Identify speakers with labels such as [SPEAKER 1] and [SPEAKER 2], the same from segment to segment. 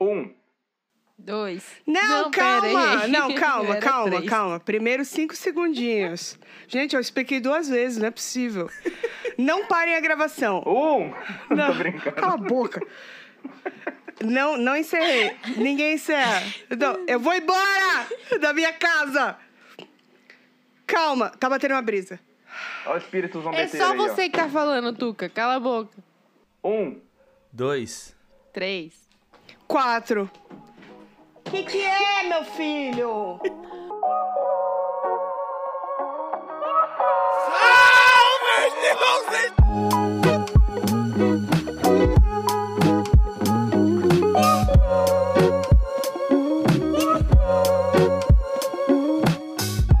[SPEAKER 1] Um.
[SPEAKER 2] Dois.
[SPEAKER 3] Não, calma!
[SPEAKER 2] pera aí.
[SPEAKER 3] Não, calma,
[SPEAKER 2] Era
[SPEAKER 3] calma,
[SPEAKER 2] três.
[SPEAKER 3] calma. Primeiro cinco segundinhos. Gente, eu expliquei duas vezes, não é possível. Não parem a gravação.
[SPEAKER 1] Um!
[SPEAKER 3] Não,
[SPEAKER 1] Tô brincando.
[SPEAKER 3] cala a boca. Não, não encerrei. Ninguém encerra. Então, eu vou embora da minha casa. Calma, tá batendo uma brisa.
[SPEAKER 1] Olha o espírito
[SPEAKER 2] É
[SPEAKER 1] zombeteiro
[SPEAKER 2] só
[SPEAKER 1] aí, ó.
[SPEAKER 2] você que tá falando, Tuca. Cala a boca.
[SPEAKER 1] Um.
[SPEAKER 4] Dois.
[SPEAKER 2] Três.
[SPEAKER 3] Quatro. O que, que é, meu filho?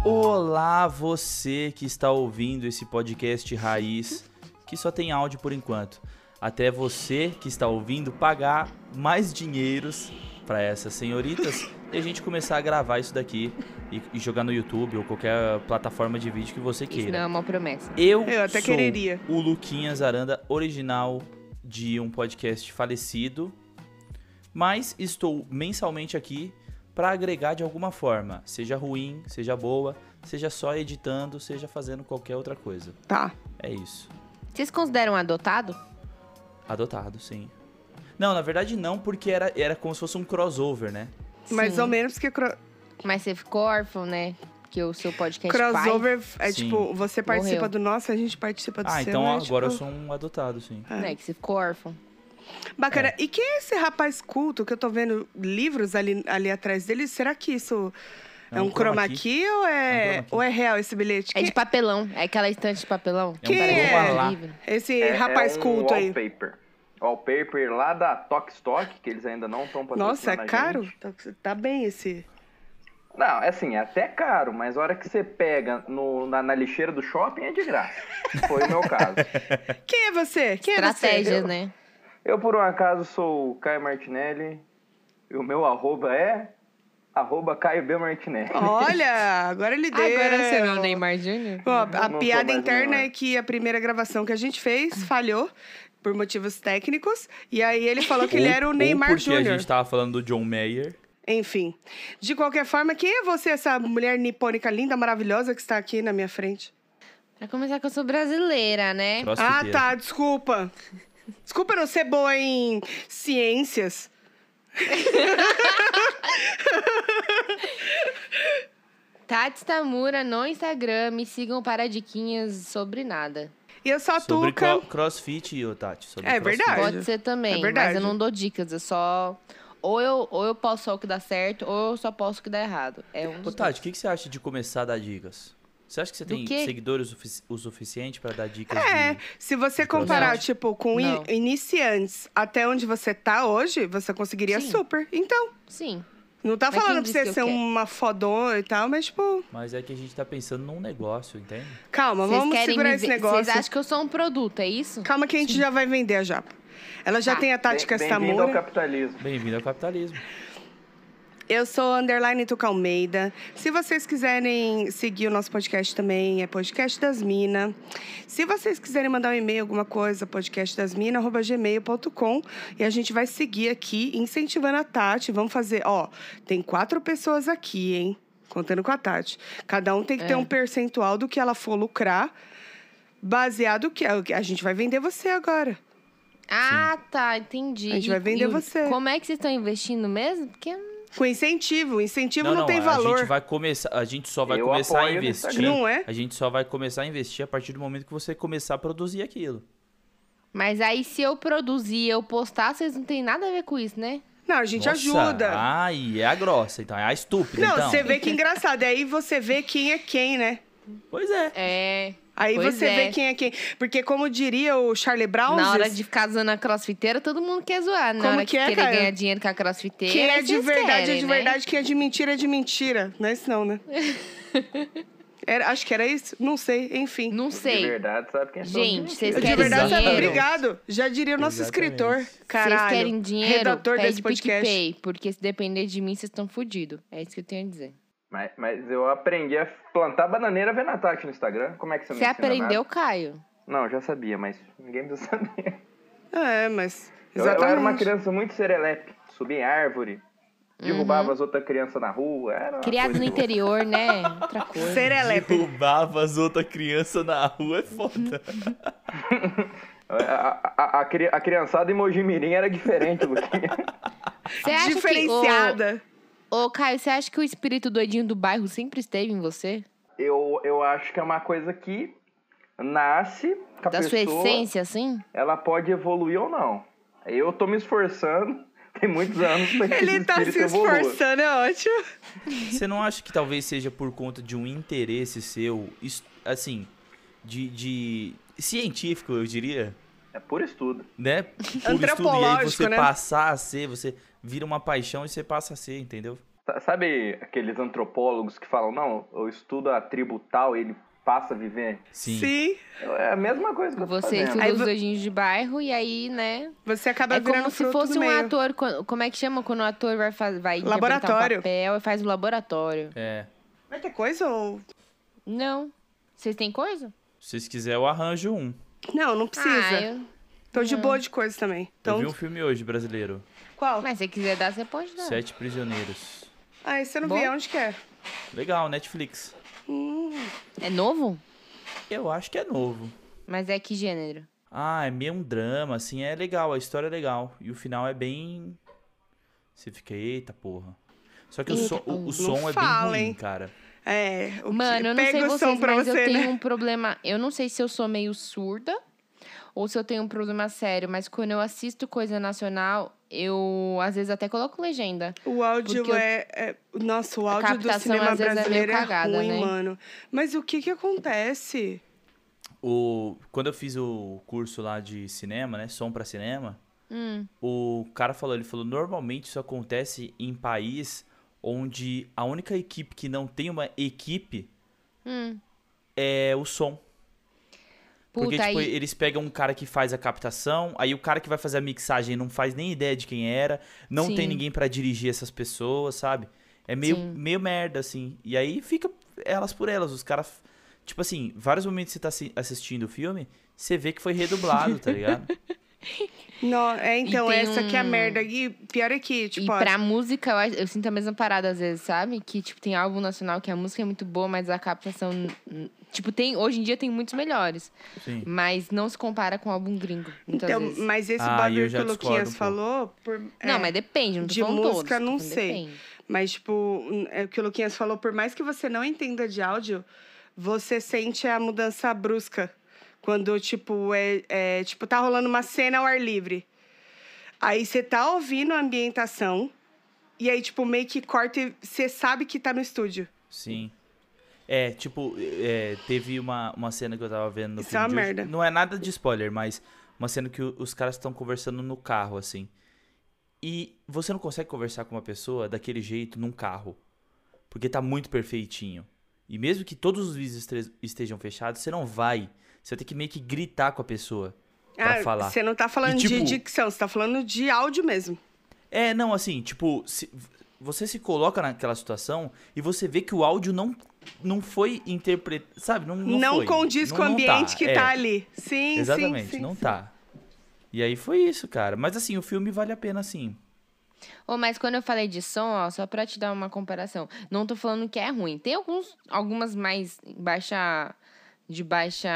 [SPEAKER 4] Olá, você que está ouvindo esse podcast raiz, que só tem áudio por enquanto. Até você que está ouvindo pagar mais dinheiros para essas senhoritas e a gente começar a gravar isso daqui e, e jogar no YouTube ou qualquer plataforma de vídeo que você
[SPEAKER 2] Isso não
[SPEAKER 4] queira.
[SPEAKER 2] é uma promessa.
[SPEAKER 4] Eu,
[SPEAKER 3] Eu até
[SPEAKER 4] sou
[SPEAKER 3] quereria.
[SPEAKER 4] o Luquinhas Aranda, original de um podcast falecido, mas estou mensalmente aqui para agregar de alguma forma, seja ruim, seja boa, seja só editando, seja fazendo qualquer outra coisa.
[SPEAKER 3] Tá.
[SPEAKER 4] É isso.
[SPEAKER 2] Vocês consideram adotado?
[SPEAKER 4] Adotado, sim. Não, na verdade não, porque era, era como se fosse um crossover, né?
[SPEAKER 3] Mais
[SPEAKER 2] Sim.
[SPEAKER 3] ou menos, porque cro-
[SPEAKER 2] Mas você ficou órfão, né? Que o seu podcast pai...
[SPEAKER 3] crossover é
[SPEAKER 4] Sim.
[SPEAKER 3] tipo, você participa
[SPEAKER 2] Morreu.
[SPEAKER 3] do nosso, a gente participa do
[SPEAKER 4] Ah,
[SPEAKER 3] seu.
[SPEAKER 4] então
[SPEAKER 3] é,
[SPEAKER 4] agora eu
[SPEAKER 3] tipo,
[SPEAKER 4] sou um adotado, sim.
[SPEAKER 2] Né, que você ficou órfão.
[SPEAKER 3] Bacana. E quem é esse rapaz culto que eu tô vendo livros ali, ali atrás dele? Será que isso é, um, chroma key, ou,
[SPEAKER 4] É um
[SPEAKER 3] é,
[SPEAKER 4] chroma key.
[SPEAKER 3] ou é real esse bilhete?
[SPEAKER 2] É
[SPEAKER 3] Quem-
[SPEAKER 2] de papelão. É aquela estante de papelão.
[SPEAKER 4] É um
[SPEAKER 2] Parece
[SPEAKER 3] quem
[SPEAKER 2] um
[SPEAKER 4] é?
[SPEAKER 2] livro.
[SPEAKER 3] Esse
[SPEAKER 1] É-
[SPEAKER 3] rapaz
[SPEAKER 1] é um
[SPEAKER 3] culto aí.
[SPEAKER 1] Wallpaper. Wallpaper lá da Tokstok, que eles ainda não estão patrocinando
[SPEAKER 3] Nossa,
[SPEAKER 1] a
[SPEAKER 3] é
[SPEAKER 1] gente.
[SPEAKER 3] caro? Tá, tá bem esse.
[SPEAKER 1] Não, é assim, é até caro, mas a hora que você pega no- na, na lixeira do shopping é de graça. Foi o meu caso.
[SPEAKER 3] Quem é você? Quem é
[SPEAKER 2] Estratégias,
[SPEAKER 3] você?
[SPEAKER 2] né?
[SPEAKER 1] Eu, por um acaso, sou o Caio Martinelli e o meu arroba é arroba Caio B. Martinelli.
[SPEAKER 3] Olha, agora ele deu.
[SPEAKER 2] Agora você não é o Neymar Júnior?
[SPEAKER 3] Ó,
[SPEAKER 1] Não
[SPEAKER 3] a
[SPEAKER 1] sou
[SPEAKER 3] piada
[SPEAKER 1] mais
[SPEAKER 3] interna
[SPEAKER 1] Neymar.
[SPEAKER 3] é que a primeira gravação que a gente fez falhou por motivos técnicos. E aí ele falou que ele
[SPEAKER 4] Ou-
[SPEAKER 3] era o
[SPEAKER 4] ou
[SPEAKER 3] Neymar
[SPEAKER 4] porque a
[SPEAKER 3] Júnior.
[SPEAKER 4] gente tá- tava falando do John Mayer.
[SPEAKER 3] Enfim. De qualquer forma, quem é você, essa mulher nipônica linda, maravilhosa que está aqui na minha frente?
[SPEAKER 2] Pra começar que eu sou brasileira, né?
[SPEAKER 3] ah,
[SPEAKER 4] crossfiteiro.
[SPEAKER 3] tá, desculpa. Desculpa não ser boa em ciências.
[SPEAKER 2] Tati Tamura no Instagram. Me sigam para diquinhas sobre nada.
[SPEAKER 3] E eu sou a
[SPEAKER 4] Sobre
[SPEAKER 3] Tuca.
[SPEAKER 4] cro- crossfit, ô, Tati. sobre
[SPEAKER 3] É
[SPEAKER 4] crossfit.
[SPEAKER 3] verdade.
[SPEAKER 2] Pode ser também,
[SPEAKER 3] É verdade.
[SPEAKER 2] mas eu não dou dicas, eu só. Ou eu, ou eu posso só o que dá certo, ou eu só posso o que dá errado. É um
[SPEAKER 4] Ô,
[SPEAKER 2] dos
[SPEAKER 4] Tati, o que, que você acha de começar a dar dicas? Você acha que você
[SPEAKER 2] Do
[SPEAKER 4] tem
[SPEAKER 2] quê?
[SPEAKER 4] seguidores o sufici- o suficiente pra dar dicas?
[SPEAKER 3] É,
[SPEAKER 4] de-
[SPEAKER 3] se você comparar,
[SPEAKER 2] Não.
[SPEAKER 3] tipo, com in-
[SPEAKER 2] Não.
[SPEAKER 3] iniciantes até onde você tá hoje, você conseguiria
[SPEAKER 2] Sim.
[SPEAKER 3] super. Então,
[SPEAKER 2] dois. Sim.
[SPEAKER 3] não tá
[SPEAKER 2] Mas quem
[SPEAKER 3] falando
[SPEAKER 2] disse
[SPEAKER 3] pra você
[SPEAKER 2] que eu
[SPEAKER 3] ser
[SPEAKER 2] quero?
[SPEAKER 3] uma fodona e tal, mas, tipo,
[SPEAKER 4] Mas é que a gente tá pensando num negócio, entende?
[SPEAKER 3] calma,
[SPEAKER 2] Vocês
[SPEAKER 3] vamos
[SPEAKER 2] querem
[SPEAKER 3] segurar
[SPEAKER 2] me
[SPEAKER 3] esse
[SPEAKER 2] ver-
[SPEAKER 3] negócio.
[SPEAKER 2] Vocês acham que eu sou um produto, é isso?
[SPEAKER 3] Calma que a gente já vai vender a japa. Ela já
[SPEAKER 2] Tá.
[SPEAKER 3] tem a tática
[SPEAKER 1] Bem- Bem-vindo ao
[SPEAKER 3] Stamura.
[SPEAKER 1] capitalismo.
[SPEAKER 4] Bem-vindo ao capitalismo.
[SPEAKER 3] Eu sou Underline Tuca Almeida. Se vocês quiserem seguir o nosso podcast também, é Podcast das Minas. Se vocês quiserem mandar um e-mail, alguma coisa, podcastdasmina.gmail.com e a gente vai seguir aqui, incentivando a Tati. Vamos fazer, ó, tem quatro pessoas aqui, hein? Contando com a Tati. Cada um tem que ter
[SPEAKER 2] É.
[SPEAKER 3] um percentual do que ela for lucrar, baseado que a gente vai vender você agora.
[SPEAKER 2] Ah, tá, entendi.
[SPEAKER 3] A gente
[SPEAKER 2] E-
[SPEAKER 3] vai vender
[SPEAKER 2] e o-
[SPEAKER 3] você.
[SPEAKER 2] Como é que vocês estão investindo mesmo? Porque
[SPEAKER 3] Com incentivo. Incentivo Tipo, não, tem
[SPEAKER 4] a
[SPEAKER 3] valor.
[SPEAKER 4] gente vai começar, a gente só vai
[SPEAKER 1] Eu
[SPEAKER 4] começar a
[SPEAKER 1] apoio no
[SPEAKER 4] investir.
[SPEAKER 1] Instagram.
[SPEAKER 3] Não é?
[SPEAKER 4] A gente só vai começar a investir a partir do momento que você começar a produzir aquilo.
[SPEAKER 2] Mas aí, se eu produzir e eu postar, vocês não tem nada a ver com isso, né?
[SPEAKER 3] Não, a gente
[SPEAKER 4] Nossa,
[SPEAKER 3] ajuda.
[SPEAKER 4] Ah, e é a grossa, então. É a estúpida,
[SPEAKER 3] Não,
[SPEAKER 4] então.
[SPEAKER 3] você vê que é engraçado. E aí você vê quem é quem, né?
[SPEAKER 4] Pois é.
[SPEAKER 2] É.
[SPEAKER 3] Aí
[SPEAKER 2] Pois
[SPEAKER 3] você
[SPEAKER 2] é.
[SPEAKER 3] vê quem é quem. Porque como diria o Charlie Brown,
[SPEAKER 2] Na hora de ficar zoando a crossfiteira, todo mundo quer zoar. Na
[SPEAKER 3] Como
[SPEAKER 2] hora
[SPEAKER 3] que é,
[SPEAKER 2] querer
[SPEAKER 3] Caio?
[SPEAKER 2] ganhar dinheiro com a crossfiteira,
[SPEAKER 3] quem é
[SPEAKER 2] aí
[SPEAKER 3] de
[SPEAKER 2] vocês
[SPEAKER 3] verdade é
[SPEAKER 2] querem,
[SPEAKER 3] de
[SPEAKER 2] né?
[SPEAKER 3] verdade, quem é de mentira é de mentira. Não é isso não, né? Era- acho que era isso? Não sei, enfim.
[SPEAKER 2] Não
[SPEAKER 1] De
[SPEAKER 2] sei.
[SPEAKER 1] verdade, sabe quem é sou.
[SPEAKER 2] Gente, vocês
[SPEAKER 3] De
[SPEAKER 2] querem
[SPEAKER 3] verdade, sabe?
[SPEAKER 2] dinheiro?
[SPEAKER 3] obrigado. Já diria o nosso
[SPEAKER 4] Exatamente.
[SPEAKER 3] escritor. Caralho.
[SPEAKER 2] Vocês querem dinheiro?
[SPEAKER 3] Redator
[SPEAKER 2] Pede
[SPEAKER 3] desse podcast.
[SPEAKER 2] PicPay, porque se depender de mim, vocês estão fodidos. É isso que eu tenho a dizer.
[SPEAKER 1] Mas, mas eu aprendi a plantar bananeira vendo a Tati no Instagram. Como é que você não
[SPEAKER 2] Você
[SPEAKER 1] ensina nada?
[SPEAKER 2] aprendeu, Caio?
[SPEAKER 3] Ah,
[SPEAKER 1] Não, eu já sabia, mas ninguém precisa saber.
[SPEAKER 3] É, mas.
[SPEAKER 1] Eu, eu era
[SPEAKER 3] Exatamente.
[SPEAKER 1] uma criança muito serelepe. subia em árvore, derrubava as outras crianças na rua. Era uma
[SPEAKER 2] Uhum. Criado
[SPEAKER 1] coisa
[SPEAKER 2] no
[SPEAKER 1] de louco.
[SPEAKER 2] interior, né? Outra coisa.
[SPEAKER 3] Serelepe.
[SPEAKER 4] Derrubava as outras crianças na rua é foda.
[SPEAKER 1] A, a, a, a cri- a criançada em Mojimirim era diferente do que.
[SPEAKER 2] Você acha que-
[SPEAKER 3] é Diferenciada.
[SPEAKER 2] Ô, ô, Caio, você acha que o espírito doidinho do bairro sempre esteve em você?
[SPEAKER 1] eu, eu acho que é uma coisa que nasce com a
[SPEAKER 2] da sua
[SPEAKER 1] pessoa,
[SPEAKER 2] essência, assim?
[SPEAKER 1] ela pode evoluir ou não. Eu tô me esforçando, tem muitos anos pra que
[SPEAKER 3] Ele
[SPEAKER 1] esse
[SPEAKER 3] tá
[SPEAKER 1] espírito
[SPEAKER 3] se
[SPEAKER 1] evolua.
[SPEAKER 3] esforçando, é ótimo.
[SPEAKER 4] Você não acha que talvez seja por conta de um interesse seu, es- assim, de, de- científico, eu diria,
[SPEAKER 1] É por estudo.
[SPEAKER 4] né? Por estudo, e aí
[SPEAKER 3] Antropológico,
[SPEAKER 4] você
[SPEAKER 3] né?
[SPEAKER 4] passar a ser, você vira uma paixão e você passa a ser, entendeu?
[SPEAKER 1] Sa- Sabe aqueles antropólogos que falam, não, eu estudo a tribo tal, ele passa a viver?
[SPEAKER 4] Sim.
[SPEAKER 1] É a mesma coisa que eu tô
[SPEAKER 2] Você
[SPEAKER 1] fazendo.
[SPEAKER 2] estuda
[SPEAKER 3] tá Aí
[SPEAKER 2] os
[SPEAKER 3] vo-
[SPEAKER 2] doidinhos de bairro e aí, né?
[SPEAKER 3] Você acaba
[SPEAKER 2] é
[SPEAKER 3] virando
[SPEAKER 2] como se
[SPEAKER 3] fruto
[SPEAKER 2] fosse
[SPEAKER 3] do
[SPEAKER 2] um
[SPEAKER 3] meio.
[SPEAKER 2] ator. co- Como é que chama quando o ator vai fazer. Vai interpretar
[SPEAKER 3] Laboratório.
[SPEAKER 2] Um papel e faz o laboratório.
[SPEAKER 4] É.
[SPEAKER 3] Vai ter coisa ou...
[SPEAKER 2] Não. Vocês têm coisa?
[SPEAKER 4] Se vocês quiserem, eu arranjo um.
[SPEAKER 3] Não, não
[SPEAKER 2] Ah,
[SPEAKER 3] precisa.
[SPEAKER 2] eu-
[SPEAKER 3] Tô de boa de coisa também.
[SPEAKER 4] Eu
[SPEAKER 3] Então,
[SPEAKER 4] vi um filme hoje, brasileiro.
[SPEAKER 3] qual?
[SPEAKER 2] Mas se quiser dar, você pode dar.
[SPEAKER 4] Sete Prisioneiros.
[SPEAKER 3] Ah, esse eu não
[SPEAKER 2] Bom.
[SPEAKER 3] vi. Onde que é?
[SPEAKER 4] Legal, Netflix.
[SPEAKER 2] É novo?
[SPEAKER 4] Eu acho que é novo.
[SPEAKER 2] Mas é que gênero?
[SPEAKER 4] Ah, é meio um drama, assim, é legal, a história é legal. E o final é bem. Você fica, eita porra. Só que o,
[SPEAKER 2] Eita
[SPEAKER 4] so- o- o
[SPEAKER 2] porra.
[SPEAKER 4] som é
[SPEAKER 3] fala,
[SPEAKER 4] bem ruim,
[SPEAKER 3] hein?
[SPEAKER 4] cara.
[SPEAKER 3] É, o que-
[SPEAKER 2] Mano, eu não sei
[SPEAKER 3] pega o som
[SPEAKER 2] vocês,
[SPEAKER 3] pra
[SPEAKER 2] mas eu
[SPEAKER 3] você,
[SPEAKER 2] tenho
[SPEAKER 3] né?
[SPEAKER 2] um problema. Eu não sei se eu sou meio surda ou se eu tenho um problema sério, mas quando eu assisto coisa nacional, eu às vezes até coloco legenda.
[SPEAKER 3] O áudio
[SPEAKER 2] Porque eu-
[SPEAKER 3] é, é- Nossa, o
[SPEAKER 2] A
[SPEAKER 3] áudio do
[SPEAKER 2] captação,
[SPEAKER 3] cinema
[SPEAKER 2] às vezes, é meio
[SPEAKER 3] brasileiro é,
[SPEAKER 2] cagada,
[SPEAKER 3] ruim,
[SPEAKER 2] né?
[SPEAKER 3] mano. Mas o que que acontece?
[SPEAKER 4] O, quando eu fiz o curso lá de cinema, né? Som pra cinema,
[SPEAKER 2] Hum.
[SPEAKER 4] o cara falou, ele falou, normalmente isso acontece em país onde a única equipe que não tem uma equipe
[SPEAKER 2] Hum.
[SPEAKER 4] é o som.
[SPEAKER 2] Puta,
[SPEAKER 4] Porque, tipo,
[SPEAKER 2] aí.
[SPEAKER 4] eles pegam um cara que faz a captação, aí o cara que vai fazer a mixagem não faz nem ideia de quem era, não tem
[SPEAKER 2] Sim.
[SPEAKER 4] ninguém pra dirigir essas pessoas, sabe? É meio,
[SPEAKER 2] Sim.
[SPEAKER 4] meio merda, assim. E aí fica elas por elas, os caras. Tipo assim, vários momentos que você tá assi- assistindo o filme, você vê que foi redublado, tá ligado?
[SPEAKER 3] Não, é, então,
[SPEAKER 2] tem
[SPEAKER 3] essa que é a
[SPEAKER 2] um-
[SPEAKER 3] merda. E pior é que, tipo, ó,
[SPEAKER 2] e pra música, eu, acho- eu sinto a mesma parada às vezes, sabe? Que, tipo, tem álbum nacional que a música é muito boa, mas a captação... n- n- Tipo, tem, hoje em dia tem muitos melhores.
[SPEAKER 4] Sim.
[SPEAKER 2] Mas não se compara com álbum gringo, muitas
[SPEAKER 3] então,
[SPEAKER 2] vezes.
[SPEAKER 3] mas esse
[SPEAKER 4] Ah, eu
[SPEAKER 3] bagulho que
[SPEAKER 4] já
[SPEAKER 3] o
[SPEAKER 4] discordo
[SPEAKER 3] Luquinhas
[SPEAKER 4] um pouco.
[SPEAKER 3] falou. por- é,
[SPEAKER 2] Não, mas depende, não tô
[SPEAKER 3] de
[SPEAKER 2] falando
[SPEAKER 3] música,
[SPEAKER 2] todos, tô
[SPEAKER 3] não
[SPEAKER 2] falando
[SPEAKER 3] sei.
[SPEAKER 2] depende.
[SPEAKER 3] Mas, tipo, é o que o Luquinhas falou, por mais que você não entenda de áudio, você sente a mudança brusca. Quando, tipo, é, é- tipo, tá rolando uma cena ao ar livre. Aí você tá ouvindo a ambientação, e aí, tipo, meio que corta e você sabe que tá no estúdio.
[SPEAKER 4] Sim. É, tipo, é, teve uma, uma cena que eu tava vendo no
[SPEAKER 3] Isso
[SPEAKER 4] filme
[SPEAKER 3] é uma
[SPEAKER 4] de hoje.
[SPEAKER 3] merda.
[SPEAKER 4] Não é nada de spoiler, mas uma cena que o- os caras estão conversando no carro, assim. E você não consegue conversar com uma pessoa daquele jeito num carro. Porque tá muito perfeitinho. E mesmo que todos os vídeos estejam fechados, você não vai. Você tem que meio que gritar com a pessoa pra falar.
[SPEAKER 3] Você não tá falando
[SPEAKER 4] E,
[SPEAKER 3] de
[SPEAKER 4] tipo-
[SPEAKER 3] dicção, você tá falando de áudio mesmo.
[SPEAKER 4] É, não, assim, tipo, se- você se coloca naquela situação e você vê que o áudio não, não foi interpretado, sabe? Não, não,
[SPEAKER 3] Não,
[SPEAKER 4] foi.
[SPEAKER 3] condiz
[SPEAKER 4] Não-
[SPEAKER 3] com o
[SPEAKER 4] não
[SPEAKER 3] ambiente que
[SPEAKER 4] é,
[SPEAKER 3] tá ali. Sim,
[SPEAKER 4] Exatamente,
[SPEAKER 3] sim, sim.
[SPEAKER 4] não tá. E aí foi isso, cara. Mas assim, o filme vale a pena, sim.
[SPEAKER 2] Ô, mas quando eu falei de som, ó, só pra te dar uma comparação, não tô falando que é ruim. Tem alguns, algumas mais baixa, de baixa,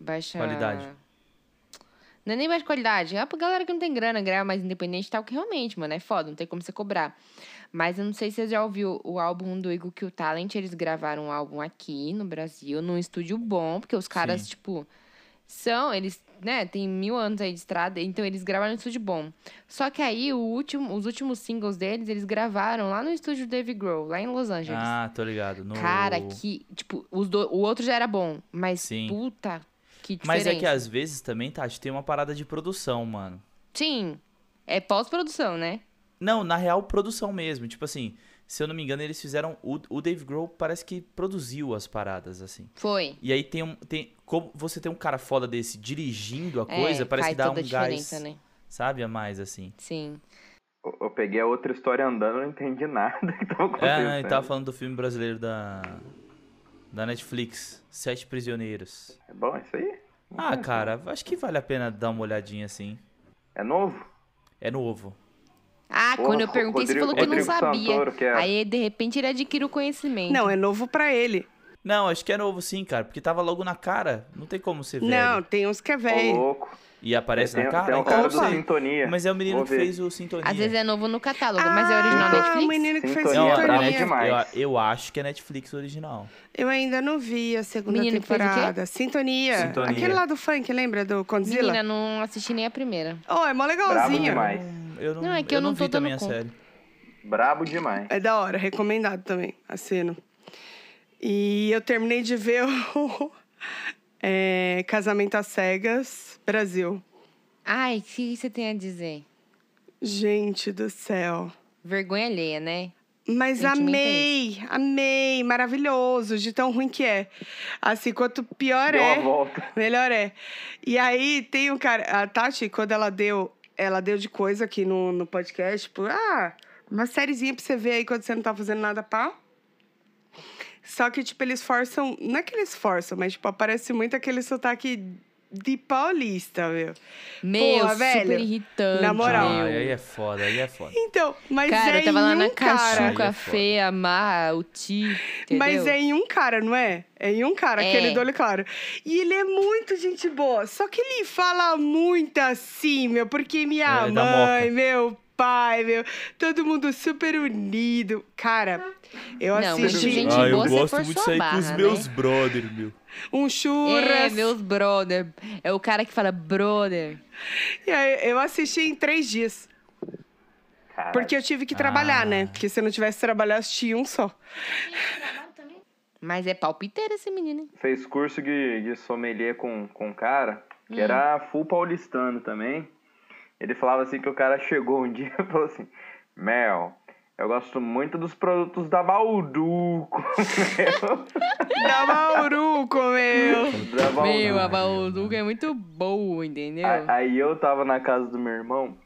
[SPEAKER 2] baixa...
[SPEAKER 4] Qualidade.
[SPEAKER 2] Não é nem baixa qualidade. É pra galera que não tem grana, grava mais independente e tal, que realmente, mano, é foda, não tem como você cobrar. Mas eu não sei se você já ouviu o álbum do Eagle Kill Talent, eles gravaram um álbum aqui no Brasil, num estúdio bom, porque os caras,
[SPEAKER 4] Sim.
[SPEAKER 2] tipo, são, eles, né, tem mil anos aí de estrada, então eles gravaram no estúdio bom. Só que aí, o último, os últimos singles deles, eles gravaram lá no estúdio Dave Grohl, lá em Los Angeles.
[SPEAKER 4] Ah, tô ligado. no-
[SPEAKER 2] Cara, que, tipo, os do- o outro já era bom, mas
[SPEAKER 4] Sim.
[SPEAKER 2] puta, que diferença.
[SPEAKER 4] Mas é que às vezes também, Tati, tem uma parada de produção, mano.
[SPEAKER 2] Sim, é pós-produção, né?
[SPEAKER 4] Não, na real, produção mesmo. Tipo assim, se eu não me engano, eles fizeram. O, o Dave Grohl parece que produziu as paradas, assim.
[SPEAKER 2] Foi.
[SPEAKER 4] E aí tem um. Tem, como você tem um cara foda desse dirigindo a
[SPEAKER 2] É,
[SPEAKER 4] coisa, parece
[SPEAKER 2] faz
[SPEAKER 4] que dá
[SPEAKER 2] toda
[SPEAKER 4] um
[SPEAKER 2] a
[SPEAKER 4] gás.
[SPEAKER 2] diferença, né?
[SPEAKER 4] Sabe? A mais, assim.
[SPEAKER 2] Sim.
[SPEAKER 1] Eu, eu peguei a outra história andando, não entendi nada que tava
[SPEAKER 4] É,
[SPEAKER 1] acontecendo.
[SPEAKER 4] né? Ele tava falando do filme brasileiro da. Da Netflix, Sete Prisioneiros.
[SPEAKER 1] É bom isso aí? Hum. Uhum.
[SPEAKER 4] Ah, cara, acho que vale a pena dar uma olhadinha assim.
[SPEAKER 1] É novo?
[SPEAKER 4] É novo.
[SPEAKER 2] Ah,
[SPEAKER 1] É Porra,
[SPEAKER 2] quando eu perguntei, você
[SPEAKER 1] Rodrigo-
[SPEAKER 2] falou que não
[SPEAKER 1] Rodrigo
[SPEAKER 2] sabia.
[SPEAKER 1] Santoro, que é-
[SPEAKER 2] Aí, de repente, ele adquire o conhecimento.
[SPEAKER 3] Não, é novo pra ele.
[SPEAKER 4] Não, acho que é novo sim, cara, porque tava logo na cara. Não tem como ser velho.
[SPEAKER 3] Não, tem uns que é
[SPEAKER 1] Ô,
[SPEAKER 3] velho.
[SPEAKER 1] louco.
[SPEAKER 4] E aparece
[SPEAKER 1] tem,
[SPEAKER 4] na cara?
[SPEAKER 1] tem um
[SPEAKER 4] então
[SPEAKER 1] cara
[SPEAKER 4] eu
[SPEAKER 1] do
[SPEAKER 4] sei.
[SPEAKER 1] Sintonia.
[SPEAKER 4] Mas é o menino
[SPEAKER 1] Vou
[SPEAKER 4] que
[SPEAKER 1] ver.
[SPEAKER 4] fez o Sintonia.
[SPEAKER 2] Às vezes é novo no catálogo,
[SPEAKER 3] ah,
[SPEAKER 2] mas é original
[SPEAKER 3] o
[SPEAKER 2] Netflix.
[SPEAKER 3] menino que fez
[SPEAKER 4] Não,
[SPEAKER 1] Sintonia.
[SPEAKER 4] a
[SPEAKER 1] Sintonia.
[SPEAKER 4] Net-
[SPEAKER 3] sintonia.
[SPEAKER 1] demais.
[SPEAKER 4] eu, eu acho que é Netflix original.
[SPEAKER 3] Eu ainda não vi a segunda
[SPEAKER 2] Menino que fez o quê?
[SPEAKER 3] temporada. Sintonia.
[SPEAKER 4] Sintonia.
[SPEAKER 3] Aquele lá do funk, lembra? Do Godzilla?
[SPEAKER 2] Menina, não assisti nem a primeira.
[SPEAKER 3] Oh, é mó
[SPEAKER 1] Brabo
[SPEAKER 3] legalzinho.
[SPEAKER 1] demais.
[SPEAKER 4] Hum, Eu não,
[SPEAKER 2] Não, é que
[SPEAKER 4] eu
[SPEAKER 2] eu não tô
[SPEAKER 4] vi também
[SPEAKER 2] dando
[SPEAKER 4] a
[SPEAKER 2] conta.
[SPEAKER 4] série.
[SPEAKER 1] Brabo demais.
[SPEAKER 3] É da hora, recomendado também, aceno. E eu terminei de ver o é, Casamento às Cegas, Brasil.
[SPEAKER 2] Ai, o que você tem a dizer?
[SPEAKER 3] Gente do céu.
[SPEAKER 2] Vergonha alheia, né?
[SPEAKER 3] Mas
[SPEAKER 2] Sentimento
[SPEAKER 3] amei, amei, maravilhoso, de tão ruim que é. Assim, quanto pior
[SPEAKER 1] Deu
[SPEAKER 3] é,
[SPEAKER 1] uma volta.
[SPEAKER 3] melhor é. E aí tem um cara, a Tati, quando ela deu, ela deu de coisa aqui no, no podcast, tipo, ah, uma sériezinha pra você ver aí quando você não tá fazendo nada, pá. Só que, tipo, eles forçam, não é que eles forçam, mas, tipo, aparece muito aquele sotaque de paulista, meu.
[SPEAKER 2] Meu, super
[SPEAKER 3] velho,
[SPEAKER 2] irritante.
[SPEAKER 3] na moral.
[SPEAKER 4] Ah,
[SPEAKER 2] meu.
[SPEAKER 4] aí é foda, aí é foda.
[SPEAKER 3] Então, mas
[SPEAKER 2] cara,
[SPEAKER 3] é
[SPEAKER 2] eu tava lá
[SPEAKER 3] em
[SPEAKER 2] na
[SPEAKER 3] um cara.
[SPEAKER 4] Aí é
[SPEAKER 2] cachuca
[SPEAKER 4] foda.
[SPEAKER 2] feia, amarra, o ti, entendeu?
[SPEAKER 3] Mas é em um cara, não é? É em um cara,
[SPEAKER 2] É.
[SPEAKER 3] aquele do olho claro. E ele é muito gente boa. Só que ele fala muito assim, meu, porque minha
[SPEAKER 4] É, da
[SPEAKER 3] mãe, meu pai, meu, todo mundo super unido. Cara, eu
[SPEAKER 2] Não, mas
[SPEAKER 3] assisti
[SPEAKER 2] gente Ah, eu boa, você gosto forçou muito de sair a com os barra, né? meus
[SPEAKER 4] brother, meu.
[SPEAKER 3] um churras.
[SPEAKER 2] É, meus brother. É o cara que fala brother.
[SPEAKER 3] E aí, eu assisti em três dias.
[SPEAKER 1] Caralho.
[SPEAKER 3] Porque eu tive que trabalhar,
[SPEAKER 4] Ah.
[SPEAKER 3] né? Porque se eu não tivesse trabalhado, eu assisti um só.
[SPEAKER 2] Mas é palpiteiro esse menino, hein?
[SPEAKER 1] Fez curso de, de sommelier com, com um cara, que era full paulistano também. Ele falava assim que o cara chegou um dia e falou assim, Mel, eu gosto muito dos produtos da Balduco,
[SPEAKER 3] Da Mauruco,
[SPEAKER 1] meu.
[SPEAKER 3] meu.
[SPEAKER 1] Da Balduco.
[SPEAKER 2] Meu, a Bauluga é muito boa, entendeu?
[SPEAKER 1] A- Aí eu tava na casa do meu irmão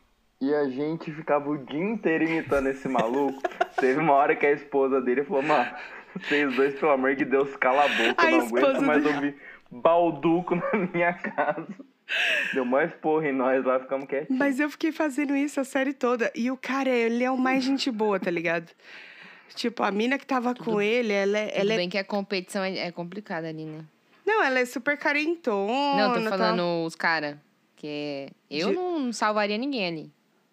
[SPEAKER 1] e a gente ficava o dia inteiro imitando esse maluco. Teve uma hora que a esposa dele falou, mano, vocês dois, pelo amor de Deus, cala a boca,
[SPEAKER 3] A
[SPEAKER 1] eu não aguento
[SPEAKER 3] esposa
[SPEAKER 1] mais
[SPEAKER 3] do-
[SPEAKER 1] ouvir balduco na minha casa. Deu mais porra em nós lá, ficamos quietinhos.
[SPEAKER 3] Mas eu fiquei fazendo isso a série toda. E o cara, ele é o mais gente boa, tá ligado? Tipo, a mina que tava com ele, ela é.
[SPEAKER 2] Tudo
[SPEAKER 3] Ela é-
[SPEAKER 2] bem que a competição é, é complicada ali, né?
[SPEAKER 3] Não, ela é super carentona.
[SPEAKER 2] Não, eu tô
[SPEAKER 3] tá?
[SPEAKER 2] falando os caras. Que é, eu
[SPEAKER 3] De-
[SPEAKER 2] não salvaria ninguém ali.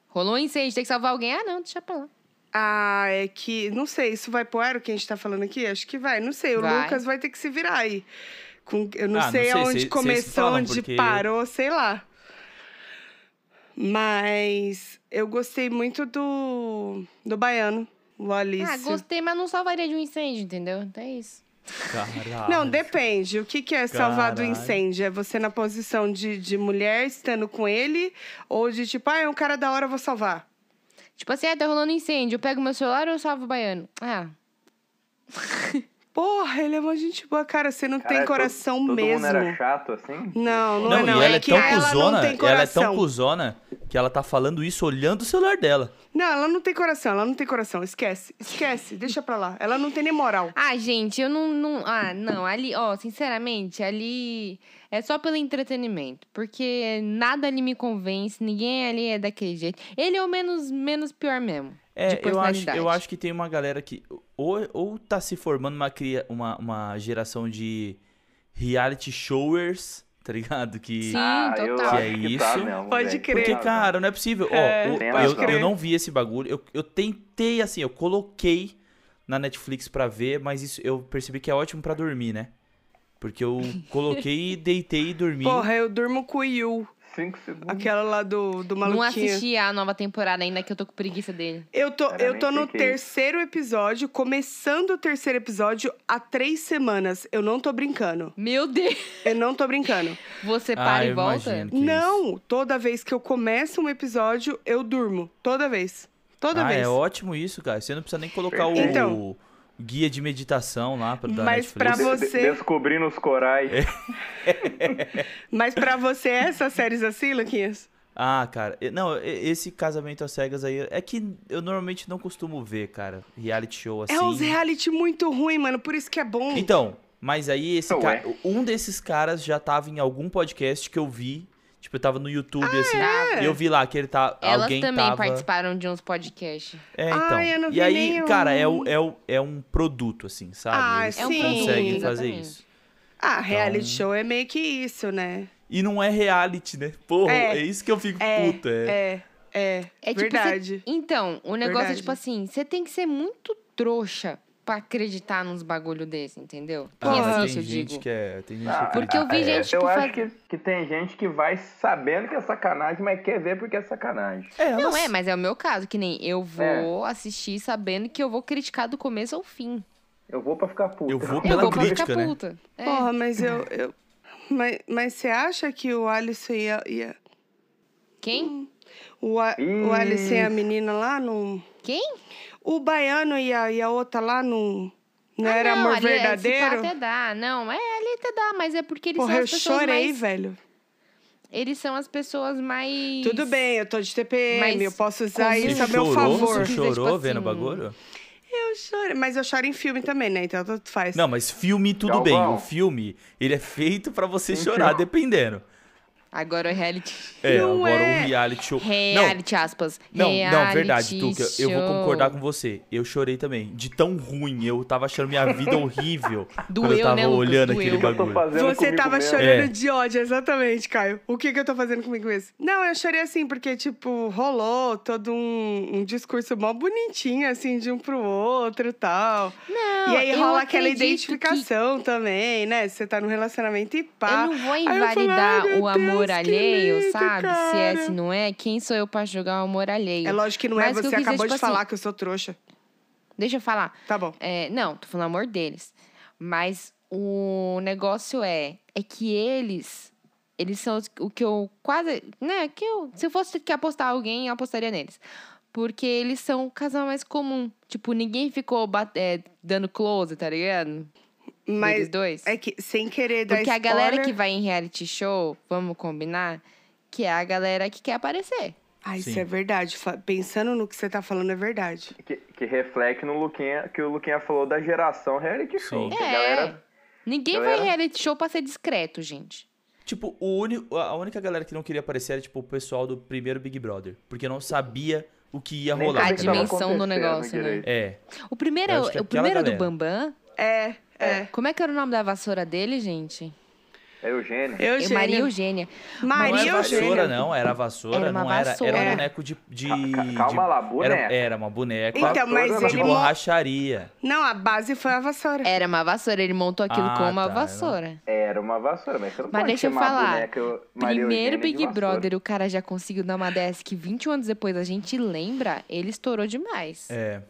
[SPEAKER 2] Rolou um incêndio, tem que salvar alguém? Ah, não, deixa pra lá.
[SPEAKER 3] Ah, é que. Não sei, isso vai pro ar o que a gente tá falando aqui? Acho que vai. Não sei, o
[SPEAKER 2] Vai.
[SPEAKER 3] Lucas vai ter que se virar aí. Com- eu não
[SPEAKER 4] Ah, não
[SPEAKER 3] sei
[SPEAKER 4] sei,
[SPEAKER 3] aonde
[SPEAKER 4] cês- cês
[SPEAKER 3] começou,
[SPEAKER 4] falam,
[SPEAKER 3] onde
[SPEAKER 4] porque-
[SPEAKER 3] parou, sei lá. Mas eu gostei muito do. do baiano, o Alício.
[SPEAKER 2] Ah, gostei, mas não salvaria de um incêndio, entendeu? Então é isso.
[SPEAKER 4] Caralho.
[SPEAKER 3] Não, depende. O que, que é salvar do
[SPEAKER 4] Caralho.
[SPEAKER 3] incêndio? É você na posição de, de mulher estando com ele? Ou de tipo, ah, é um cara da hora, eu vou salvar?
[SPEAKER 2] Tipo assim, ah, tá rolando incêndio, eu pego meu celular ou eu salvo o baiano? Ah,
[SPEAKER 3] Porra, ele é uma gente boa, cara. Você não
[SPEAKER 1] Caralho,
[SPEAKER 3] tem
[SPEAKER 1] to-
[SPEAKER 3] coração
[SPEAKER 1] é todo
[SPEAKER 3] mesmo.
[SPEAKER 1] Mundo era chato assim?
[SPEAKER 3] Não, não,
[SPEAKER 4] Não,
[SPEAKER 3] é
[SPEAKER 4] e
[SPEAKER 3] não.
[SPEAKER 4] ela é,
[SPEAKER 3] que
[SPEAKER 4] tão
[SPEAKER 3] ela
[SPEAKER 4] cuzona,
[SPEAKER 3] não tem
[SPEAKER 4] ela é
[SPEAKER 3] coração.
[SPEAKER 4] tão cuzona que ela tá falando isso olhando o celular dela.
[SPEAKER 3] Não, ela não tem coração, ela não tem coração. Esquece, esquece, deixa pra lá. Ela não tem nem moral.
[SPEAKER 2] Ah, gente, eu não, não. Ah, não. Ali, ó, sinceramente, ali é só pelo entretenimento. Porque nada ali me convence, ninguém ali é daquele jeito. Ele é o menos, menos pior mesmo.
[SPEAKER 4] É,
[SPEAKER 2] de
[SPEAKER 4] eu acho,
[SPEAKER 2] personalidade.
[SPEAKER 4] eu acho que tem uma galera que ou, ou tá se formando uma, cria- uma, uma geração de reality showers, tá ligado? Que
[SPEAKER 2] Sim,
[SPEAKER 1] eu
[SPEAKER 2] total.
[SPEAKER 1] acho
[SPEAKER 4] Que é
[SPEAKER 1] que tá
[SPEAKER 4] isso?
[SPEAKER 1] mesmo,
[SPEAKER 3] Pode
[SPEAKER 1] velho.
[SPEAKER 3] crer.
[SPEAKER 4] Porque,
[SPEAKER 1] Tá,
[SPEAKER 4] cara, não é possível. Ó,
[SPEAKER 3] É,
[SPEAKER 4] o-
[SPEAKER 1] tem
[SPEAKER 4] eu,
[SPEAKER 1] razão.
[SPEAKER 4] eu não vi esse bagulho. Eu, eu tentei, assim, eu coloquei na Netflix pra ver, mas isso eu percebi que é ótimo pra dormir, né? Porque eu coloquei, deitei e dormi.
[SPEAKER 3] Porra, é eu durmo com o Yu,
[SPEAKER 1] Cinco segundos.
[SPEAKER 3] aquela lá do, do
[SPEAKER 2] Não
[SPEAKER 3] maluquinho.
[SPEAKER 2] assisti a nova temporada ainda, que eu tô com preguiça dele.
[SPEAKER 3] Eu tô,
[SPEAKER 1] Cara,
[SPEAKER 3] eu
[SPEAKER 1] nem
[SPEAKER 3] tô
[SPEAKER 1] sei
[SPEAKER 3] no
[SPEAKER 1] que é isso.
[SPEAKER 3] terceiro episódio, começando o terceiro episódio há três semanas. Eu não tô brincando.
[SPEAKER 2] Meu Deus!
[SPEAKER 3] Eu não tô brincando.
[SPEAKER 2] Você
[SPEAKER 4] Ah,
[SPEAKER 2] para e
[SPEAKER 4] eu
[SPEAKER 2] volta?
[SPEAKER 4] imagino que isso.
[SPEAKER 3] não, toda vez que eu começo um episódio, eu durmo. Toda vez. Toda
[SPEAKER 4] ah,
[SPEAKER 3] vez.
[SPEAKER 4] é ótimo isso, cara. Você não precisa nem colocar o,
[SPEAKER 3] Então.
[SPEAKER 4] guia de meditação lá pra, da
[SPEAKER 3] Mas pra
[SPEAKER 4] Netflix.
[SPEAKER 1] De- de-
[SPEAKER 3] é você-
[SPEAKER 1] Descobrindo os corais.
[SPEAKER 3] Mas pra você, essas séries assim, Luquinhas?
[SPEAKER 4] Ah, cara, e- não, e- esse casamento às cegas aí é que eu normalmente não costumo ver, cara, reality show assim.
[SPEAKER 3] É uns reality muito ruim, mano. Por isso que é bom.
[SPEAKER 4] Então, mas aí esse
[SPEAKER 1] Ué.
[SPEAKER 4] cara, um desses caras já tava em algum podcast que eu vi. Tipo, eu tava no YouTube,
[SPEAKER 3] Ah,
[SPEAKER 4] assim.
[SPEAKER 2] é?
[SPEAKER 4] E eu vi lá que ele tá.
[SPEAKER 2] Elas
[SPEAKER 4] alguém
[SPEAKER 2] também
[SPEAKER 4] tava.
[SPEAKER 2] participaram de uns podcasts.
[SPEAKER 4] É, então.
[SPEAKER 3] Ai, eu não
[SPEAKER 4] e
[SPEAKER 3] vi
[SPEAKER 4] aí,
[SPEAKER 3] nenhum.
[SPEAKER 4] cara, é, o- é, o- é um produto, assim, sabe?
[SPEAKER 3] Ah,
[SPEAKER 4] Eles
[SPEAKER 3] É um produto,
[SPEAKER 4] conseguem fazer
[SPEAKER 2] exatamente.
[SPEAKER 4] isso.
[SPEAKER 3] Ah, reality
[SPEAKER 4] Então-
[SPEAKER 3] show é meio que isso, né?
[SPEAKER 4] E não é reality, né? Porra,
[SPEAKER 3] É.
[SPEAKER 4] é, isso que eu fico
[SPEAKER 3] É,
[SPEAKER 4] puto. É.
[SPEAKER 3] é, é.
[SPEAKER 2] É tipo,
[SPEAKER 3] verdade.
[SPEAKER 2] cê- Então, o negócio é
[SPEAKER 3] Verdade.
[SPEAKER 2] tipo assim, você tem que ser muito trouxa pra acreditar nos bagulho desse, entendeu? Quem
[SPEAKER 4] Ah, mas
[SPEAKER 2] assiste,
[SPEAKER 4] tem
[SPEAKER 2] eu
[SPEAKER 4] gente
[SPEAKER 2] digo.
[SPEAKER 4] que é. Tem gente
[SPEAKER 1] Ah,
[SPEAKER 4] que
[SPEAKER 2] Porque eu vi
[SPEAKER 1] é,
[SPEAKER 2] gente que
[SPEAKER 1] Eu acho
[SPEAKER 2] faz-
[SPEAKER 1] que, que tem gente que vai sabendo que é sacanagem, mas quer ver porque é sacanagem.
[SPEAKER 4] É,
[SPEAKER 2] Não
[SPEAKER 4] elas-
[SPEAKER 2] é, mas é o meu caso, que nem eu
[SPEAKER 3] É.
[SPEAKER 2] vou assistir sabendo que eu vou criticar do começo ao fim.
[SPEAKER 1] Eu vou pra ficar puto.
[SPEAKER 4] Eu vou
[SPEAKER 2] eu
[SPEAKER 4] Pela
[SPEAKER 2] vou pra
[SPEAKER 4] crítica,
[SPEAKER 2] ficar
[SPEAKER 4] né?
[SPEAKER 2] puta. É.
[SPEAKER 3] Porra, mas eu. eu... Mas, mas você acha que o Alisson ia. ia...
[SPEAKER 2] Quem?
[SPEAKER 3] O, A-
[SPEAKER 4] Hum.
[SPEAKER 3] o
[SPEAKER 1] Ih.
[SPEAKER 3] Alisson e a menina lá não.
[SPEAKER 2] Quem?
[SPEAKER 3] O baiano e a, e a outra lá não. Não
[SPEAKER 2] Ah,
[SPEAKER 3] era
[SPEAKER 2] não,
[SPEAKER 3] amor
[SPEAKER 2] ali, é, se pá,
[SPEAKER 3] verdadeiro?
[SPEAKER 2] até dá. Não, é, ali até dá, mas é porque eles
[SPEAKER 3] Porra,
[SPEAKER 2] são
[SPEAKER 3] eu
[SPEAKER 2] as pessoas
[SPEAKER 3] chorei,
[SPEAKER 2] mais...
[SPEAKER 3] velho.
[SPEAKER 2] Eles são as pessoas mais...
[SPEAKER 3] Tudo bem, eu tô de TPM,
[SPEAKER 2] Mas
[SPEAKER 3] eu posso usar
[SPEAKER 2] como-
[SPEAKER 4] Você
[SPEAKER 3] isso a
[SPEAKER 4] chorou,
[SPEAKER 3] meu favor.
[SPEAKER 4] Você chorou
[SPEAKER 2] Tipo assim,
[SPEAKER 4] vendo o bagulho?
[SPEAKER 3] Eu chorei, mas eu choro em filme também, né? Então tanto faz.
[SPEAKER 4] Não, mas filme tudo
[SPEAKER 1] Galvão.
[SPEAKER 4] bem. O filme, ele é feito pra você
[SPEAKER 1] Sim,
[SPEAKER 4] chorar,
[SPEAKER 1] sim.
[SPEAKER 4] dependendo.
[SPEAKER 2] Agora o reality...
[SPEAKER 4] É,
[SPEAKER 3] Não
[SPEAKER 4] agora
[SPEAKER 3] é.
[SPEAKER 4] um reality show. não,
[SPEAKER 2] Reality, aspas.
[SPEAKER 4] não, não,
[SPEAKER 2] Reality
[SPEAKER 4] verdade, Tuca. Eu vou concordar
[SPEAKER 2] show.
[SPEAKER 4] com você. Eu chorei também. De tão ruim, eu tava achando minha vida horrível quando eu
[SPEAKER 2] Doeu,
[SPEAKER 4] tava
[SPEAKER 2] né, Lucas?
[SPEAKER 4] olhando
[SPEAKER 2] Doeu.
[SPEAKER 4] aquele
[SPEAKER 1] O que eu tô
[SPEAKER 4] bagulho.
[SPEAKER 1] fazendo
[SPEAKER 3] Você
[SPEAKER 1] comigo
[SPEAKER 3] tava
[SPEAKER 1] mesmo?
[SPEAKER 3] chorando
[SPEAKER 4] É.
[SPEAKER 3] de ódio, exatamente, Caio. O que, que eu tô fazendo comigo mesmo? Não, eu chorei assim, porque, tipo, rolou todo um, um discurso mó bonitinho, assim, de um pro outro e tal.
[SPEAKER 2] Não,
[SPEAKER 3] e aí
[SPEAKER 2] eu
[SPEAKER 3] rola aquela
[SPEAKER 2] acredito que-
[SPEAKER 3] identificação também, né? Você tá num relacionamento e
[SPEAKER 2] Eu
[SPEAKER 3] pá.
[SPEAKER 2] não vou
[SPEAKER 3] eu falei,
[SPEAKER 2] invalidar
[SPEAKER 3] "Ai, meu
[SPEAKER 2] o amor
[SPEAKER 3] Deus, que
[SPEAKER 2] alheio,
[SPEAKER 3] lindo,
[SPEAKER 2] sabe? Se é, se
[SPEAKER 3] cara."
[SPEAKER 2] não é, quem sou eu pra julgar o amor alheio?
[SPEAKER 3] É lógico que não é,
[SPEAKER 2] Mas o que eu
[SPEAKER 3] você
[SPEAKER 2] quis dizer,
[SPEAKER 3] acabou de
[SPEAKER 2] tipo assim-
[SPEAKER 3] falar que eu sou trouxa.
[SPEAKER 2] Deixa eu falar.
[SPEAKER 3] Tá bom.
[SPEAKER 2] É, não, tô falando amor deles. Mas o negócio é, é que eles, eles são os- o que eu quase, né, que eu, se eu fosse que apostar alguém, eu apostaria neles. Porque eles são o casal mais comum. Tipo, ninguém ficou ba- é, dando close, tá ligado? Eles
[SPEAKER 3] Mas
[SPEAKER 2] dois.
[SPEAKER 3] é que, sem querer dar
[SPEAKER 2] Porque a
[SPEAKER 3] spoiler-
[SPEAKER 2] galera que vai em reality show, vamos combinar, que é a galera que quer aparecer.
[SPEAKER 3] Ah, isso
[SPEAKER 4] Sim.
[SPEAKER 3] é verdade. Fa- Pensando no que você tá falando, é verdade.
[SPEAKER 1] Que, que reflete no Luquinha, que o Luquinha falou da geração reality
[SPEAKER 4] Sim.
[SPEAKER 1] show. que a
[SPEAKER 2] É.
[SPEAKER 1] galera
[SPEAKER 2] Ninguém
[SPEAKER 1] Galera-
[SPEAKER 2] vai em reality show pra ser discreto, gente.
[SPEAKER 4] Tipo, o único, a única galera que não queria aparecer era, tipo, o pessoal do primeiro Big Brother. Porque não sabia o que ia
[SPEAKER 1] nem
[SPEAKER 4] rolar.
[SPEAKER 1] sabe
[SPEAKER 2] A
[SPEAKER 1] o
[SPEAKER 4] tá
[SPEAKER 1] que tava
[SPEAKER 4] ligado?
[SPEAKER 2] dimensão do
[SPEAKER 1] acontecendo
[SPEAKER 2] negócio, né?
[SPEAKER 1] direito.
[SPEAKER 4] É.
[SPEAKER 2] O primeiro,
[SPEAKER 4] Eu acho que é
[SPEAKER 2] o
[SPEAKER 4] aquela
[SPEAKER 2] primeiro do
[SPEAKER 4] galera.
[SPEAKER 2] Bambam,
[SPEAKER 3] É, é.
[SPEAKER 2] como é que era o nome da vassoura dele, gente?
[SPEAKER 1] É Eugênio.
[SPEAKER 3] Eu
[SPEAKER 2] Eu, Maria Eugênia.
[SPEAKER 4] Não
[SPEAKER 3] Maria
[SPEAKER 4] era vassoura, né?
[SPEAKER 3] Eugênia.
[SPEAKER 4] não. Era vassoura,
[SPEAKER 2] Era uma
[SPEAKER 4] não era.
[SPEAKER 2] vassoura.
[SPEAKER 4] Era um boneco de. de-
[SPEAKER 1] Ca-
[SPEAKER 4] de-
[SPEAKER 1] Calma lá, boneca.
[SPEAKER 4] Era, um- era uma boneca
[SPEAKER 3] Então, mas
[SPEAKER 1] Vassoura,
[SPEAKER 4] É de
[SPEAKER 3] ele.
[SPEAKER 1] não.
[SPEAKER 3] mo-
[SPEAKER 4] borracharia.
[SPEAKER 3] Não, a base foi a vassoura.
[SPEAKER 2] Era uma vassoura, ele montou aquilo
[SPEAKER 4] Ah,
[SPEAKER 2] com uma
[SPEAKER 4] tá,
[SPEAKER 2] vassoura.
[SPEAKER 1] Era uma vassoura, mas você não
[SPEAKER 2] Mas
[SPEAKER 1] pode
[SPEAKER 2] deixa eu
[SPEAKER 1] chamar a
[SPEAKER 2] falar.
[SPEAKER 1] boneca eu- É Maria
[SPEAKER 2] Primeiro
[SPEAKER 1] Eugênia de
[SPEAKER 2] Big
[SPEAKER 1] vassoura.
[SPEAKER 2] Brother, o cara já conseguiu dar uma dessa que 21 anos depois a gente lembra, ele estourou demais.
[SPEAKER 4] É.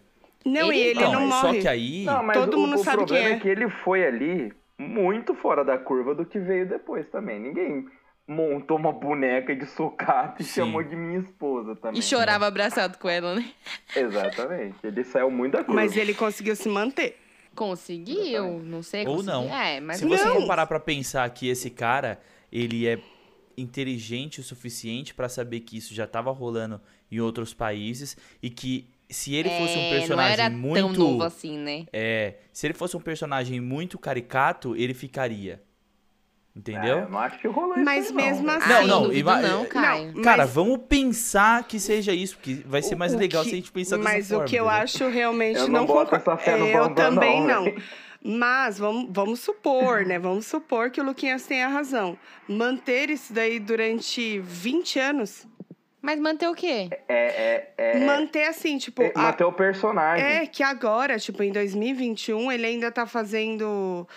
[SPEAKER 3] Não, e
[SPEAKER 2] Ele-
[SPEAKER 3] ele
[SPEAKER 4] Não,
[SPEAKER 3] não,
[SPEAKER 4] é só
[SPEAKER 3] morre.
[SPEAKER 4] que aí.
[SPEAKER 1] Não, mas
[SPEAKER 3] Todo
[SPEAKER 1] o,
[SPEAKER 3] mundo
[SPEAKER 1] o
[SPEAKER 3] sabe
[SPEAKER 1] problema
[SPEAKER 3] quem é.
[SPEAKER 1] que ele foi ali muito fora da curva do que veio depois também. Ninguém montou uma boneca de sucata e
[SPEAKER 4] Sim.
[SPEAKER 1] chamou de minha esposa também.
[SPEAKER 2] E chorava abraçado com ela, né?
[SPEAKER 1] Exatamente. Ele saiu muito da curva.
[SPEAKER 3] Mas ele conseguiu se manter.
[SPEAKER 2] Conseguiu, não sei.
[SPEAKER 4] Ou não.
[SPEAKER 2] consegui- É, mas
[SPEAKER 4] Se você
[SPEAKER 3] não.
[SPEAKER 4] for parar pra pensar que esse cara, ele é inteligente o suficiente pra saber que isso já tava rolando em outros países e que se ele fosse um
[SPEAKER 2] É,
[SPEAKER 4] personagem
[SPEAKER 2] não era
[SPEAKER 4] muito
[SPEAKER 2] tão novo assim, né?
[SPEAKER 4] é, se ele fosse um personagem muito caricato, ele ficaria.
[SPEAKER 1] Ah,
[SPEAKER 3] É,
[SPEAKER 4] Entendeu?
[SPEAKER 1] eu não acho que rolou
[SPEAKER 3] Mas
[SPEAKER 1] isso. aí,
[SPEAKER 3] mesmo
[SPEAKER 1] não, velho.
[SPEAKER 3] assim.
[SPEAKER 4] Não,
[SPEAKER 2] Ai,
[SPEAKER 4] não,
[SPEAKER 2] duvido
[SPEAKER 4] ima-
[SPEAKER 2] não, Caio.
[SPEAKER 3] Não,
[SPEAKER 4] Cara,
[SPEAKER 3] mas-
[SPEAKER 4] vamos pensar que seja isso, porque vai ser mais
[SPEAKER 3] O- o
[SPEAKER 4] legal
[SPEAKER 3] que-
[SPEAKER 4] se a gente pensar dessa
[SPEAKER 3] Mas
[SPEAKER 4] forma.
[SPEAKER 3] o que eu
[SPEAKER 4] entendeu?
[SPEAKER 3] acho realmente
[SPEAKER 1] Eu não
[SPEAKER 3] não
[SPEAKER 1] boto
[SPEAKER 3] concordo.
[SPEAKER 1] essa fé no
[SPEAKER 3] É, eu
[SPEAKER 1] Bambam,
[SPEAKER 3] também
[SPEAKER 1] não,
[SPEAKER 3] não.
[SPEAKER 1] velho.
[SPEAKER 3] Mas vamos, vamos supor, né? Vamos supor que o Luquinhas tenha razão. Manter isso daí durante 20 anos,
[SPEAKER 2] Mas manter o quê?
[SPEAKER 1] É, é, é,
[SPEAKER 3] manter assim, tipo,
[SPEAKER 1] é,
[SPEAKER 3] a-
[SPEAKER 1] manter o personagem.
[SPEAKER 3] É, que agora, tipo, em 2021, ele ainda tá fazendo.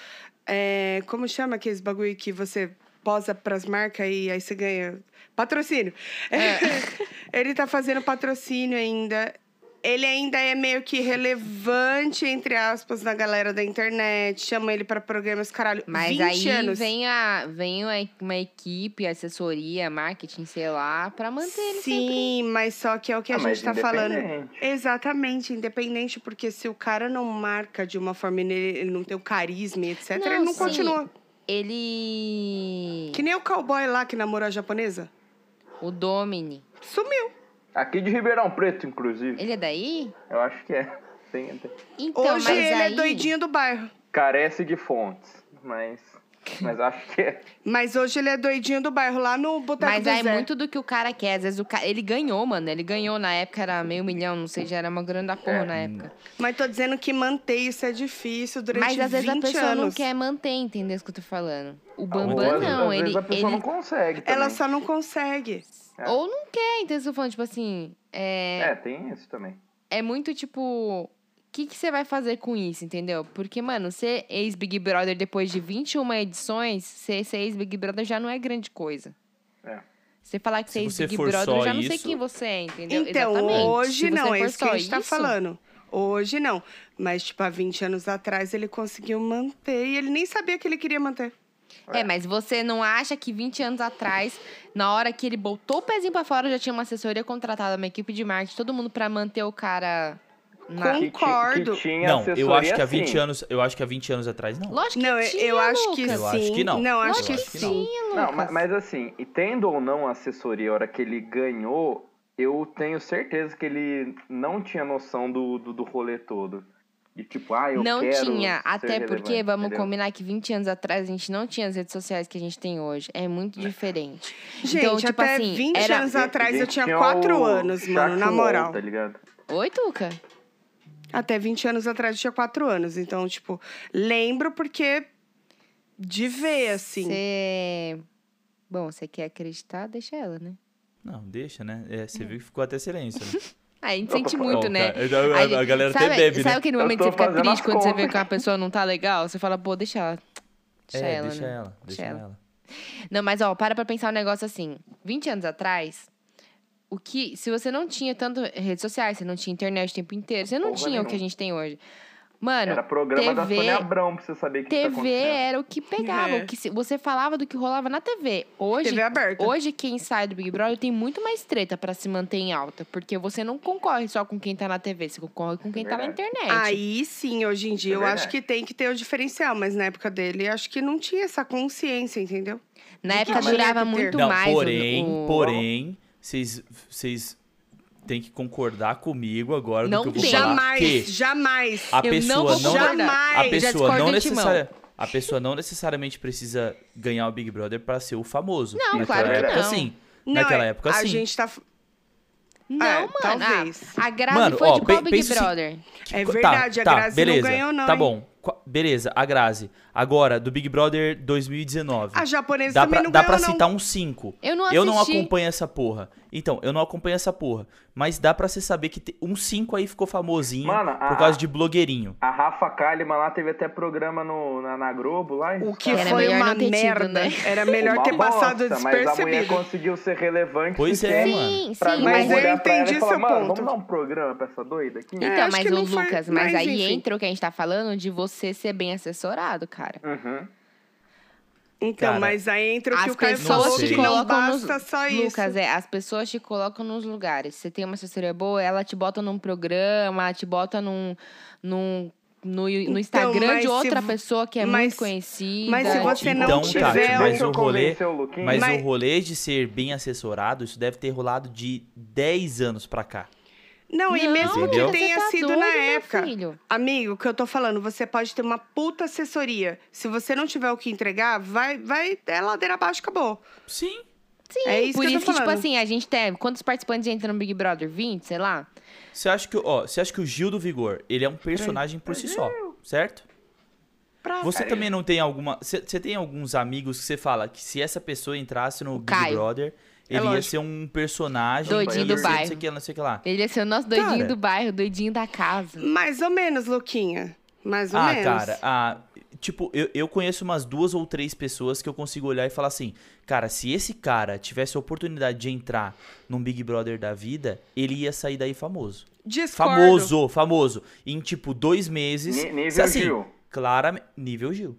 [SPEAKER 3] é, como chama aqueles bagulho que você posa pras marcas e aí você ganha. Patrocínio.
[SPEAKER 2] É.
[SPEAKER 3] ele tá fazendo patrocínio ainda. Ele ainda é meio que relevante, entre aspas, na galera da internet. Chama ele pra programas, caralho.
[SPEAKER 2] Mas
[SPEAKER 3] 20
[SPEAKER 2] aí
[SPEAKER 3] anos.
[SPEAKER 2] vem, a, vem uma e- uma equipe, assessoria, marketing, sei lá, pra manter ele sempre.
[SPEAKER 3] Sim, mas só que é o que a
[SPEAKER 1] Ah, mas
[SPEAKER 3] gente tá falando.
[SPEAKER 1] independente.
[SPEAKER 3] Exatamente, independente, porque se o cara não marca de uma forma, ele, ele não tem o carisma, e etc.,
[SPEAKER 2] Não,
[SPEAKER 3] ele não
[SPEAKER 2] sim.
[SPEAKER 3] continua.
[SPEAKER 2] Ele.
[SPEAKER 3] Que nem o cowboy lá que namorou a japonesa.
[SPEAKER 2] O Domini.
[SPEAKER 3] Sumiu.
[SPEAKER 1] Aqui de Ribeirão Preto, inclusive.
[SPEAKER 2] Ele é daí?
[SPEAKER 1] Eu acho que é. Tem- tem-
[SPEAKER 2] Então,
[SPEAKER 3] Hoje
[SPEAKER 2] mas
[SPEAKER 3] ele
[SPEAKER 2] aí...
[SPEAKER 3] é doidinho do bairro.
[SPEAKER 1] Carece de fontes, mas... Mas acho que é.
[SPEAKER 3] Mas hoje ele é doidinho do bairro, lá no Boteco
[SPEAKER 2] Mas
[SPEAKER 3] do
[SPEAKER 2] aí é
[SPEAKER 3] tá Zé.
[SPEAKER 2] muito do que o cara quer. Às vezes o cara. Ele ganhou, mano. Ele ganhou na época, era meio milhão, não sei, já era uma grana da porra
[SPEAKER 1] É.
[SPEAKER 2] na época.
[SPEAKER 3] Mas tô dizendo que manter isso é difícil durante
[SPEAKER 2] Mas às vezes a
[SPEAKER 3] 20
[SPEAKER 2] pessoa
[SPEAKER 3] anos.
[SPEAKER 2] não quer manter, entendeu o que eu tô falando? O
[SPEAKER 1] Ou,
[SPEAKER 2] Bambam
[SPEAKER 1] às-
[SPEAKER 2] não,
[SPEAKER 1] às
[SPEAKER 2] ele.
[SPEAKER 1] vezes a pessoa
[SPEAKER 2] ele-
[SPEAKER 1] não consegue também.
[SPEAKER 2] né?
[SPEAKER 3] Ela só não consegue.
[SPEAKER 1] É.
[SPEAKER 2] Ou não quer, entendeu? o que eu tô falando? Tipo assim. É,
[SPEAKER 1] É, tem isso também.
[SPEAKER 2] é muito tipo. O que que você vai fazer com isso, entendeu? Porque, mano, ser ex-Big Brother depois de 21 edições, ser, ser ex-Big Brother já não é grande coisa.
[SPEAKER 1] É.
[SPEAKER 2] Você falar que
[SPEAKER 4] Se
[SPEAKER 2] você é
[SPEAKER 4] você
[SPEAKER 2] ex-Big
[SPEAKER 4] for
[SPEAKER 2] Brother, eu
[SPEAKER 4] só
[SPEAKER 2] já não sei
[SPEAKER 4] isso-
[SPEAKER 2] quem você é, entendeu?
[SPEAKER 3] Então,
[SPEAKER 2] Exatamente.
[SPEAKER 3] hoje
[SPEAKER 2] Se você
[SPEAKER 3] não, é
[SPEAKER 2] for
[SPEAKER 3] isso que
[SPEAKER 2] só
[SPEAKER 3] a gente tá
[SPEAKER 2] isso,
[SPEAKER 3] falando. Hoje não. Mas, tipo, há 20 anos atrás ele conseguiu manter e ele nem sabia que ele queria manter.
[SPEAKER 2] É, mas você não acha que 20 anos atrás, na hora que ele botou o pezinho pra fora, já tinha uma assessoria contratada, uma equipe de marketing, todo mundo pra manter o cara na.
[SPEAKER 3] Com-
[SPEAKER 1] Que ti-
[SPEAKER 3] Concordo.
[SPEAKER 1] Que tinha
[SPEAKER 4] Não, eu acho que há
[SPEAKER 1] assessoria,
[SPEAKER 4] 20
[SPEAKER 1] sim.
[SPEAKER 4] anos, eu acho que há 20 anos atrás não.
[SPEAKER 2] Lógico que
[SPEAKER 3] não, eu-
[SPEAKER 2] tinha,
[SPEAKER 3] eu acho que
[SPEAKER 2] Lucas.
[SPEAKER 4] Eu acho
[SPEAKER 3] sim.
[SPEAKER 4] que não.
[SPEAKER 3] Não, acho
[SPEAKER 2] Lógico
[SPEAKER 3] que
[SPEAKER 2] que,
[SPEAKER 4] que
[SPEAKER 2] sim,
[SPEAKER 4] não.
[SPEAKER 2] Lucas.
[SPEAKER 1] Não, ma- mas assim, e tendo ou não a assessoria a hora que ele ganhou, eu tenho certeza que ele não tinha noção do, do, do rolê todo. E tipo, ah, eu
[SPEAKER 2] não
[SPEAKER 1] quero
[SPEAKER 2] tinha,
[SPEAKER 1] ser
[SPEAKER 2] até porque
[SPEAKER 1] relevante,
[SPEAKER 2] vamos
[SPEAKER 1] entendeu?
[SPEAKER 2] combinar que 20 anos atrás a gente não tinha as redes sociais que a gente tem hoje. É muito diferente.
[SPEAKER 3] Gente,
[SPEAKER 2] Então, tipo
[SPEAKER 3] até
[SPEAKER 2] assim,
[SPEAKER 3] 20
[SPEAKER 2] era-
[SPEAKER 3] anos
[SPEAKER 1] Gente,
[SPEAKER 3] atrás eu
[SPEAKER 1] gente,
[SPEAKER 3] tinha
[SPEAKER 1] o
[SPEAKER 3] 4 anos,
[SPEAKER 1] Shaq
[SPEAKER 3] mano, na
[SPEAKER 1] Wall,
[SPEAKER 3] moral.
[SPEAKER 1] Tá ligado?
[SPEAKER 2] Oi, Tuca.
[SPEAKER 3] Até 20 anos atrás eu tinha 4 anos. Então, tipo, lembro porque de ver, assim.
[SPEAKER 2] Você. é, Bom, você quer acreditar? Deixa ela, né?
[SPEAKER 4] Não, deixa, né? É, você viu que ficou até silêncio. Né?
[SPEAKER 2] Ah, A gente sente
[SPEAKER 1] Ó,
[SPEAKER 2] muito,
[SPEAKER 4] Ó,
[SPEAKER 2] né?
[SPEAKER 4] cara, A, a galera
[SPEAKER 2] sabe,
[SPEAKER 4] até bebe,
[SPEAKER 2] sabe
[SPEAKER 4] né?
[SPEAKER 2] aquele
[SPEAKER 1] Eu
[SPEAKER 2] momento
[SPEAKER 1] tô
[SPEAKER 2] que você fica
[SPEAKER 1] fazendo
[SPEAKER 2] triste
[SPEAKER 1] as
[SPEAKER 2] quando você vê
[SPEAKER 1] contas.
[SPEAKER 2] que uma pessoa não tá legal? Você fala, pô, deixa ela. Deixa
[SPEAKER 4] é,
[SPEAKER 2] ela,
[SPEAKER 4] deixa
[SPEAKER 2] né?
[SPEAKER 4] ela, deixa
[SPEAKER 2] ela.
[SPEAKER 4] ela.
[SPEAKER 2] Não, mas ó, para pra pensar um negócio assim. 20 anos atrás, o que. Se você não tinha tanto redes sociais, você não tinha internet o tempo inteiro, você não
[SPEAKER 1] Porra
[SPEAKER 2] tinha o que
[SPEAKER 1] nenhuma.
[SPEAKER 2] a gente tem hoje. Mano,
[SPEAKER 1] Era programa da
[SPEAKER 2] TV
[SPEAKER 1] Sônia Abrão pra você saber o que tá
[SPEAKER 2] TV
[SPEAKER 1] acontecendo.
[SPEAKER 2] era o que pegava.
[SPEAKER 3] É.
[SPEAKER 2] O que se- você falava do que rolava na TV. Hoje,
[SPEAKER 4] é
[SPEAKER 3] TV aberta.
[SPEAKER 2] hoje, quem sai do Big Brother tem muito mais treta pra se manter em alta. Porque você não concorre só com quem tá na TV, você concorre com quem tá na
[SPEAKER 1] É Verdade.
[SPEAKER 2] internet.
[SPEAKER 3] Aí sim, hoje em dia,
[SPEAKER 1] É
[SPEAKER 3] eu
[SPEAKER 1] verdade.
[SPEAKER 3] acho que tem que ter o diferencial, mas na época dele, acho que não tinha essa consciência, entendeu?
[SPEAKER 2] na
[SPEAKER 3] de que
[SPEAKER 2] época
[SPEAKER 3] tinha
[SPEAKER 2] durava
[SPEAKER 3] que ter.
[SPEAKER 2] muito
[SPEAKER 4] Não,
[SPEAKER 2] mais. o-
[SPEAKER 4] porém,
[SPEAKER 2] o-
[SPEAKER 4] porém, vocês vocês têm que concordar comigo agora
[SPEAKER 2] Não
[SPEAKER 4] do que eu
[SPEAKER 2] tem.
[SPEAKER 4] vou falar.
[SPEAKER 3] Jamais,
[SPEAKER 4] Que
[SPEAKER 3] jamais.
[SPEAKER 4] a
[SPEAKER 2] Eu não
[SPEAKER 4] pessoa
[SPEAKER 2] vou
[SPEAKER 4] não,
[SPEAKER 2] concordar.
[SPEAKER 4] a
[SPEAKER 3] jamais.
[SPEAKER 2] Já
[SPEAKER 4] pessoa
[SPEAKER 2] discordo
[SPEAKER 4] não
[SPEAKER 2] de antemão.
[SPEAKER 4] necessária, a pessoa não necessariamente precisa ganhar o Big Brother pra ser o famoso.
[SPEAKER 2] Não,
[SPEAKER 1] Isso
[SPEAKER 2] claro
[SPEAKER 1] é
[SPEAKER 2] que
[SPEAKER 1] verdade.
[SPEAKER 2] não.
[SPEAKER 4] Assim,
[SPEAKER 3] Não,
[SPEAKER 4] naquela
[SPEAKER 3] é,
[SPEAKER 4] época,
[SPEAKER 3] a
[SPEAKER 4] sim.
[SPEAKER 3] gente tá.
[SPEAKER 2] Não,
[SPEAKER 3] É,
[SPEAKER 2] mano. ah,
[SPEAKER 3] talvez.
[SPEAKER 2] A, a Grazi
[SPEAKER 4] Mano,
[SPEAKER 2] foi
[SPEAKER 4] ó,
[SPEAKER 2] de qual
[SPEAKER 4] pe-
[SPEAKER 2] Big
[SPEAKER 4] pensa assim-
[SPEAKER 2] Brother?
[SPEAKER 3] É
[SPEAKER 4] Co-
[SPEAKER 3] verdade, a
[SPEAKER 4] tá,
[SPEAKER 3] Grazi
[SPEAKER 4] beleza,
[SPEAKER 3] não ganhou, não.
[SPEAKER 4] Tá
[SPEAKER 3] hein?
[SPEAKER 4] bom. Qua- Beleza, a Grazi. Agora, do Big Brother 2019.
[SPEAKER 3] A japonesa
[SPEAKER 4] dá
[SPEAKER 3] também
[SPEAKER 4] pra,
[SPEAKER 3] não
[SPEAKER 4] dá
[SPEAKER 3] ganhou,
[SPEAKER 4] pra
[SPEAKER 3] não.
[SPEAKER 4] citar uns 5.
[SPEAKER 2] Eu não assisti.
[SPEAKER 4] Eu não acompanho essa porra. Então, eu não acompanho essa porra. Mas dá pra você saber que te- um 5 aí ficou famosinho
[SPEAKER 1] Mano,
[SPEAKER 4] por
[SPEAKER 1] a-
[SPEAKER 4] causa de blogueirinho.
[SPEAKER 1] A Rafa Kalimann lá teve até programa no, na, na Globo lá.
[SPEAKER 4] um-
[SPEAKER 3] O que
[SPEAKER 2] Era
[SPEAKER 3] foi
[SPEAKER 2] é melhor
[SPEAKER 3] uma
[SPEAKER 2] não ter tido,
[SPEAKER 3] merda.
[SPEAKER 2] né?
[SPEAKER 3] Era melhor
[SPEAKER 1] Uma
[SPEAKER 3] ter passado
[SPEAKER 1] bosta, Mas a mulher
[SPEAKER 3] despercebido.
[SPEAKER 1] conseguiu ser relevante.
[SPEAKER 4] Pois é,
[SPEAKER 1] suficiente
[SPEAKER 4] mano.
[SPEAKER 2] Sim,
[SPEAKER 1] pra
[SPEAKER 2] sim,
[SPEAKER 1] Globo
[SPEAKER 3] mas
[SPEAKER 2] mas é
[SPEAKER 3] eu
[SPEAKER 1] olhar pra ela e
[SPEAKER 3] entendi
[SPEAKER 1] falar,
[SPEAKER 3] seu
[SPEAKER 1] mano,
[SPEAKER 3] ponto."
[SPEAKER 1] vamos dar um programa pra essa doida aqui?
[SPEAKER 3] É,
[SPEAKER 2] Então,
[SPEAKER 3] acho
[SPEAKER 2] mas
[SPEAKER 3] que
[SPEAKER 2] o
[SPEAKER 3] não foi-
[SPEAKER 2] Lucas, mas,
[SPEAKER 3] mas
[SPEAKER 2] aí
[SPEAKER 3] enfim.
[SPEAKER 2] entra o que a gente tá falando de você ser bem assessorado, cara.
[SPEAKER 1] Uhum.
[SPEAKER 3] Então,
[SPEAKER 4] Cara,
[SPEAKER 3] mas aí entra o que
[SPEAKER 2] as
[SPEAKER 3] o Caio
[SPEAKER 2] pessoas
[SPEAKER 3] falou,
[SPEAKER 4] te
[SPEAKER 3] que não
[SPEAKER 2] colocam nos-
[SPEAKER 3] basta só isso.
[SPEAKER 2] Lucas, é, as pessoas te colocam nos lugares. Você tem uma assessoria boa, ela te bota num programa, ela te bota num. num no, no Instagram
[SPEAKER 3] Então, mas
[SPEAKER 2] de
[SPEAKER 3] se
[SPEAKER 2] outra
[SPEAKER 3] vo-
[SPEAKER 2] pessoa que é
[SPEAKER 3] mas-
[SPEAKER 2] muito conhecida.
[SPEAKER 3] mas se você não
[SPEAKER 4] então,
[SPEAKER 3] tiver
[SPEAKER 4] Tati,
[SPEAKER 3] um-
[SPEAKER 4] mas
[SPEAKER 1] Deixa
[SPEAKER 4] o
[SPEAKER 1] eu
[SPEAKER 4] rolê,
[SPEAKER 1] convencer o Luquinhas.
[SPEAKER 4] mas,
[SPEAKER 3] Mas-
[SPEAKER 4] o rolê de ser bem assessorado, isso deve ter rolado de 10 anos pra cá.
[SPEAKER 3] Não, e mesmo
[SPEAKER 4] Entendeu?
[SPEAKER 3] que tenha
[SPEAKER 2] você tá
[SPEAKER 3] sido
[SPEAKER 2] doido,
[SPEAKER 3] na
[SPEAKER 2] meu
[SPEAKER 3] época.
[SPEAKER 2] filho.
[SPEAKER 3] Amigo, o que eu tô falando, você pode ter uma puta assessoria. Se você não tiver o que entregar, vai, vai, é ladeira abaixo, acabou.
[SPEAKER 4] Sim.
[SPEAKER 2] Sim,
[SPEAKER 3] É isso
[SPEAKER 2] por
[SPEAKER 3] que eu tô
[SPEAKER 2] isso que, tipo
[SPEAKER 3] falando.
[SPEAKER 2] assim, a gente tem. Quantos participantes entram no Big Brother? 20, sei lá?
[SPEAKER 4] Você acha que, ó, você acha que o Gil do Vigor, ele é um personagem por si só, certo?
[SPEAKER 1] Ah,
[SPEAKER 3] Pra...
[SPEAKER 4] Você tá- também não tem alguma. Você você tem alguns amigos que você fala que se essa pessoa entrasse no Big
[SPEAKER 2] Caio. É
[SPEAKER 4] Brother, ele ia
[SPEAKER 3] lógico.
[SPEAKER 4] ser um personagem.
[SPEAKER 2] Doidinho
[SPEAKER 4] ia
[SPEAKER 2] do
[SPEAKER 4] ser Não sei
[SPEAKER 2] bairro.
[SPEAKER 4] o que, lá, não sei o que lá.
[SPEAKER 2] Ele ia ser o nosso doidinho
[SPEAKER 4] Cara.
[SPEAKER 2] do bairro, doidinho da casa.
[SPEAKER 3] Mais ou menos, Luquinha. Mais ou
[SPEAKER 4] ah,
[SPEAKER 3] menos.
[SPEAKER 4] cara, ah, tipo, eu, eu conheço umas duas ou três pessoas que eu consigo olhar e falar assim: cara, se esse cara tivesse a oportunidade de entrar num Big Brother da vida, ele ia sair daí famoso.
[SPEAKER 3] Discordo.
[SPEAKER 4] Famoso, famoso. Em tipo dois meses.
[SPEAKER 1] Ni- nível
[SPEAKER 4] se assim,
[SPEAKER 1] Gil.
[SPEAKER 4] Claramente. Nível Gil.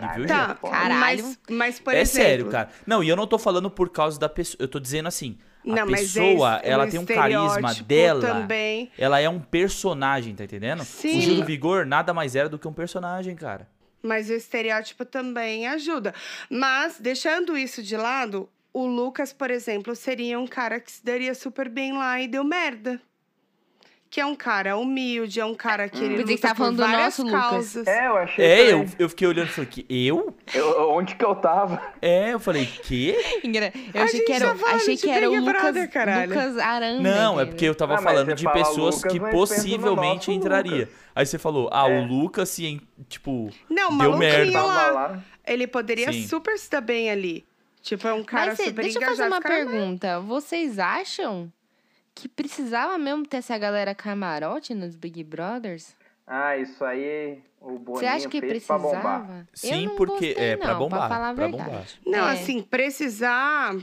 [SPEAKER 4] Nível Gil.
[SPEAKER 3] Tá,
[SPEAKER 2] Caralho.
[SPEAKER 3] Mas, mas, por
[SPEAKER 4] é
[SPEAKER 3] exemplo...
[SPEAKER 4] sério, cara. Não, e eu não tô falando por causa da pessoa. Eu tô dizendo assim, a
[SPEAKER 3] Não, mas
[SPEAKER 4] pessoa,
[SPEAKER 3] esse-
[SPEAKER 4] ela
[SPEAKER 3] o
[SPEAKER 4] tem um carisma
[SPEAKER 3] estereótipo
[SPEAKER 4] dela.
[SPEAKER 3] também.
[SPEAKER 4] Ela é um personagem, tá entendendo? O
[SPEAKER 3] Sim.
[SPEAKER 4] Gil do Vigor nada mais era do que um personagem, cara.
[SPEAKER 3] Mas o estereótipo também ajuda. Mas, deixando isso de lado, o Lucas, por exemplo, seria um cara que se daria super bem lá e deu merda. que é um cara humilde, é um cara que ele
[SPEAKER 2] Pensei que
[SPEAKER 3] luta
[SPEAKER 2] você tava
[SPEAKER 3] por
[SPEAKER 2] falando do
[SPEAKER 3] várias
[SPEAKER 2] nosso Lucas.
[SPEAKER 3] causas.
[SPEAKER 1] É, eu achei.
[SPEAKER 4] É, eu,
[SPEAKER 1] também.
[SPEAKER 4] eu fiquei olhando e falei, que eu?
[SPEAKER 1] Eu- onde que eu tava?
[SPEAKER 4] É, eu falei, que?
[SPEAKER 2] Engra- Eu
[SPEAKER 3] A
[SPEAKER 2] achei
[SPEAKER 3] gente
[SPEAKER 2] que era,
[SPEAKER 3] já fala
[SPEAKER 2] achei
[SPEAKER 3] de
[SPEAKER 2] que era o
[SPEAKER 3] Big
[SPEAKER 2] Lucas,
[SPEAKER 3] Brother, caralho.
[SPEAKER 2] Lucas Aranda.
[SPEAKER 4] Não, é
[SPEAKER 2] entendeu?
[SPEAKER 4] porque eu tava
[SPEAKER 1] Ah, mas você
[SPEAKER 4] falando de
[SPEAKER 1] fala
[SPEAKER 4] pessoas
[SPEAKER 1] Lucas,
[SPEAKER 4] que
[SPEAKER 1] mas pensa no nosso
[SPEAKER 4] possivelmente entraria.
[SPEAKER 1] Lucas.
[SPEAKER 4] Aí você falou, ah,
[SPEAKER 1] É.
[SPEAKER 4] o Lucas se, en- tipo,
[SPEAKER 3] Não, o
[SPEAKER 4] Deu
[SPEAKER 3] maluquinho
[SPEAKER 4] merda.
[SPEAKER 1] Tava
[SPEAKER 3] lá.
[SPEAKER 1] lá.
[SPEAKER 3] Ele poderia
[SPEAKER 4] Sim.
[SPEAKER 3] super se dar bem ali. Tipo, é um cara
[SPEAKER 2] Mas cê-
[SPEAKER 3] super
[SPEAKER 2] deixa eu
[SPEAKER 3] engajado.
[SPEAKER 2] fazer uma
[SPEAKER 3] esse cara é
[SPEAKER 2] pergunta. Vocês acham que precisava mesmo ter essa galera camarote nos Big Brothers?
[SPEAKER 1] Ah, isso aí o Boninho
[SPEAKER 2] Você acha que
[SPEAKER 1] fez pra bombar.
[SPEAKER 2] precisava? Eu
[SPEAKER 4] Sim,
[SPEAKER 2] não
[SPEAKER 4] porque-
[SPEAKER 2] gostei,
[SPEAKER 4] é,
[SPEAKER 2] não,
[SPEAKER 4] pra bombar,
[SPEAKER 2] falar a
[SPEAKER 4] pra
[SPEAKER 2] verdade.
[SPEAKER 4] bombar.
[SPEAKER 3] Não,
[SPEAKER 2] É.
[SPEAKER 3] assim, precisar.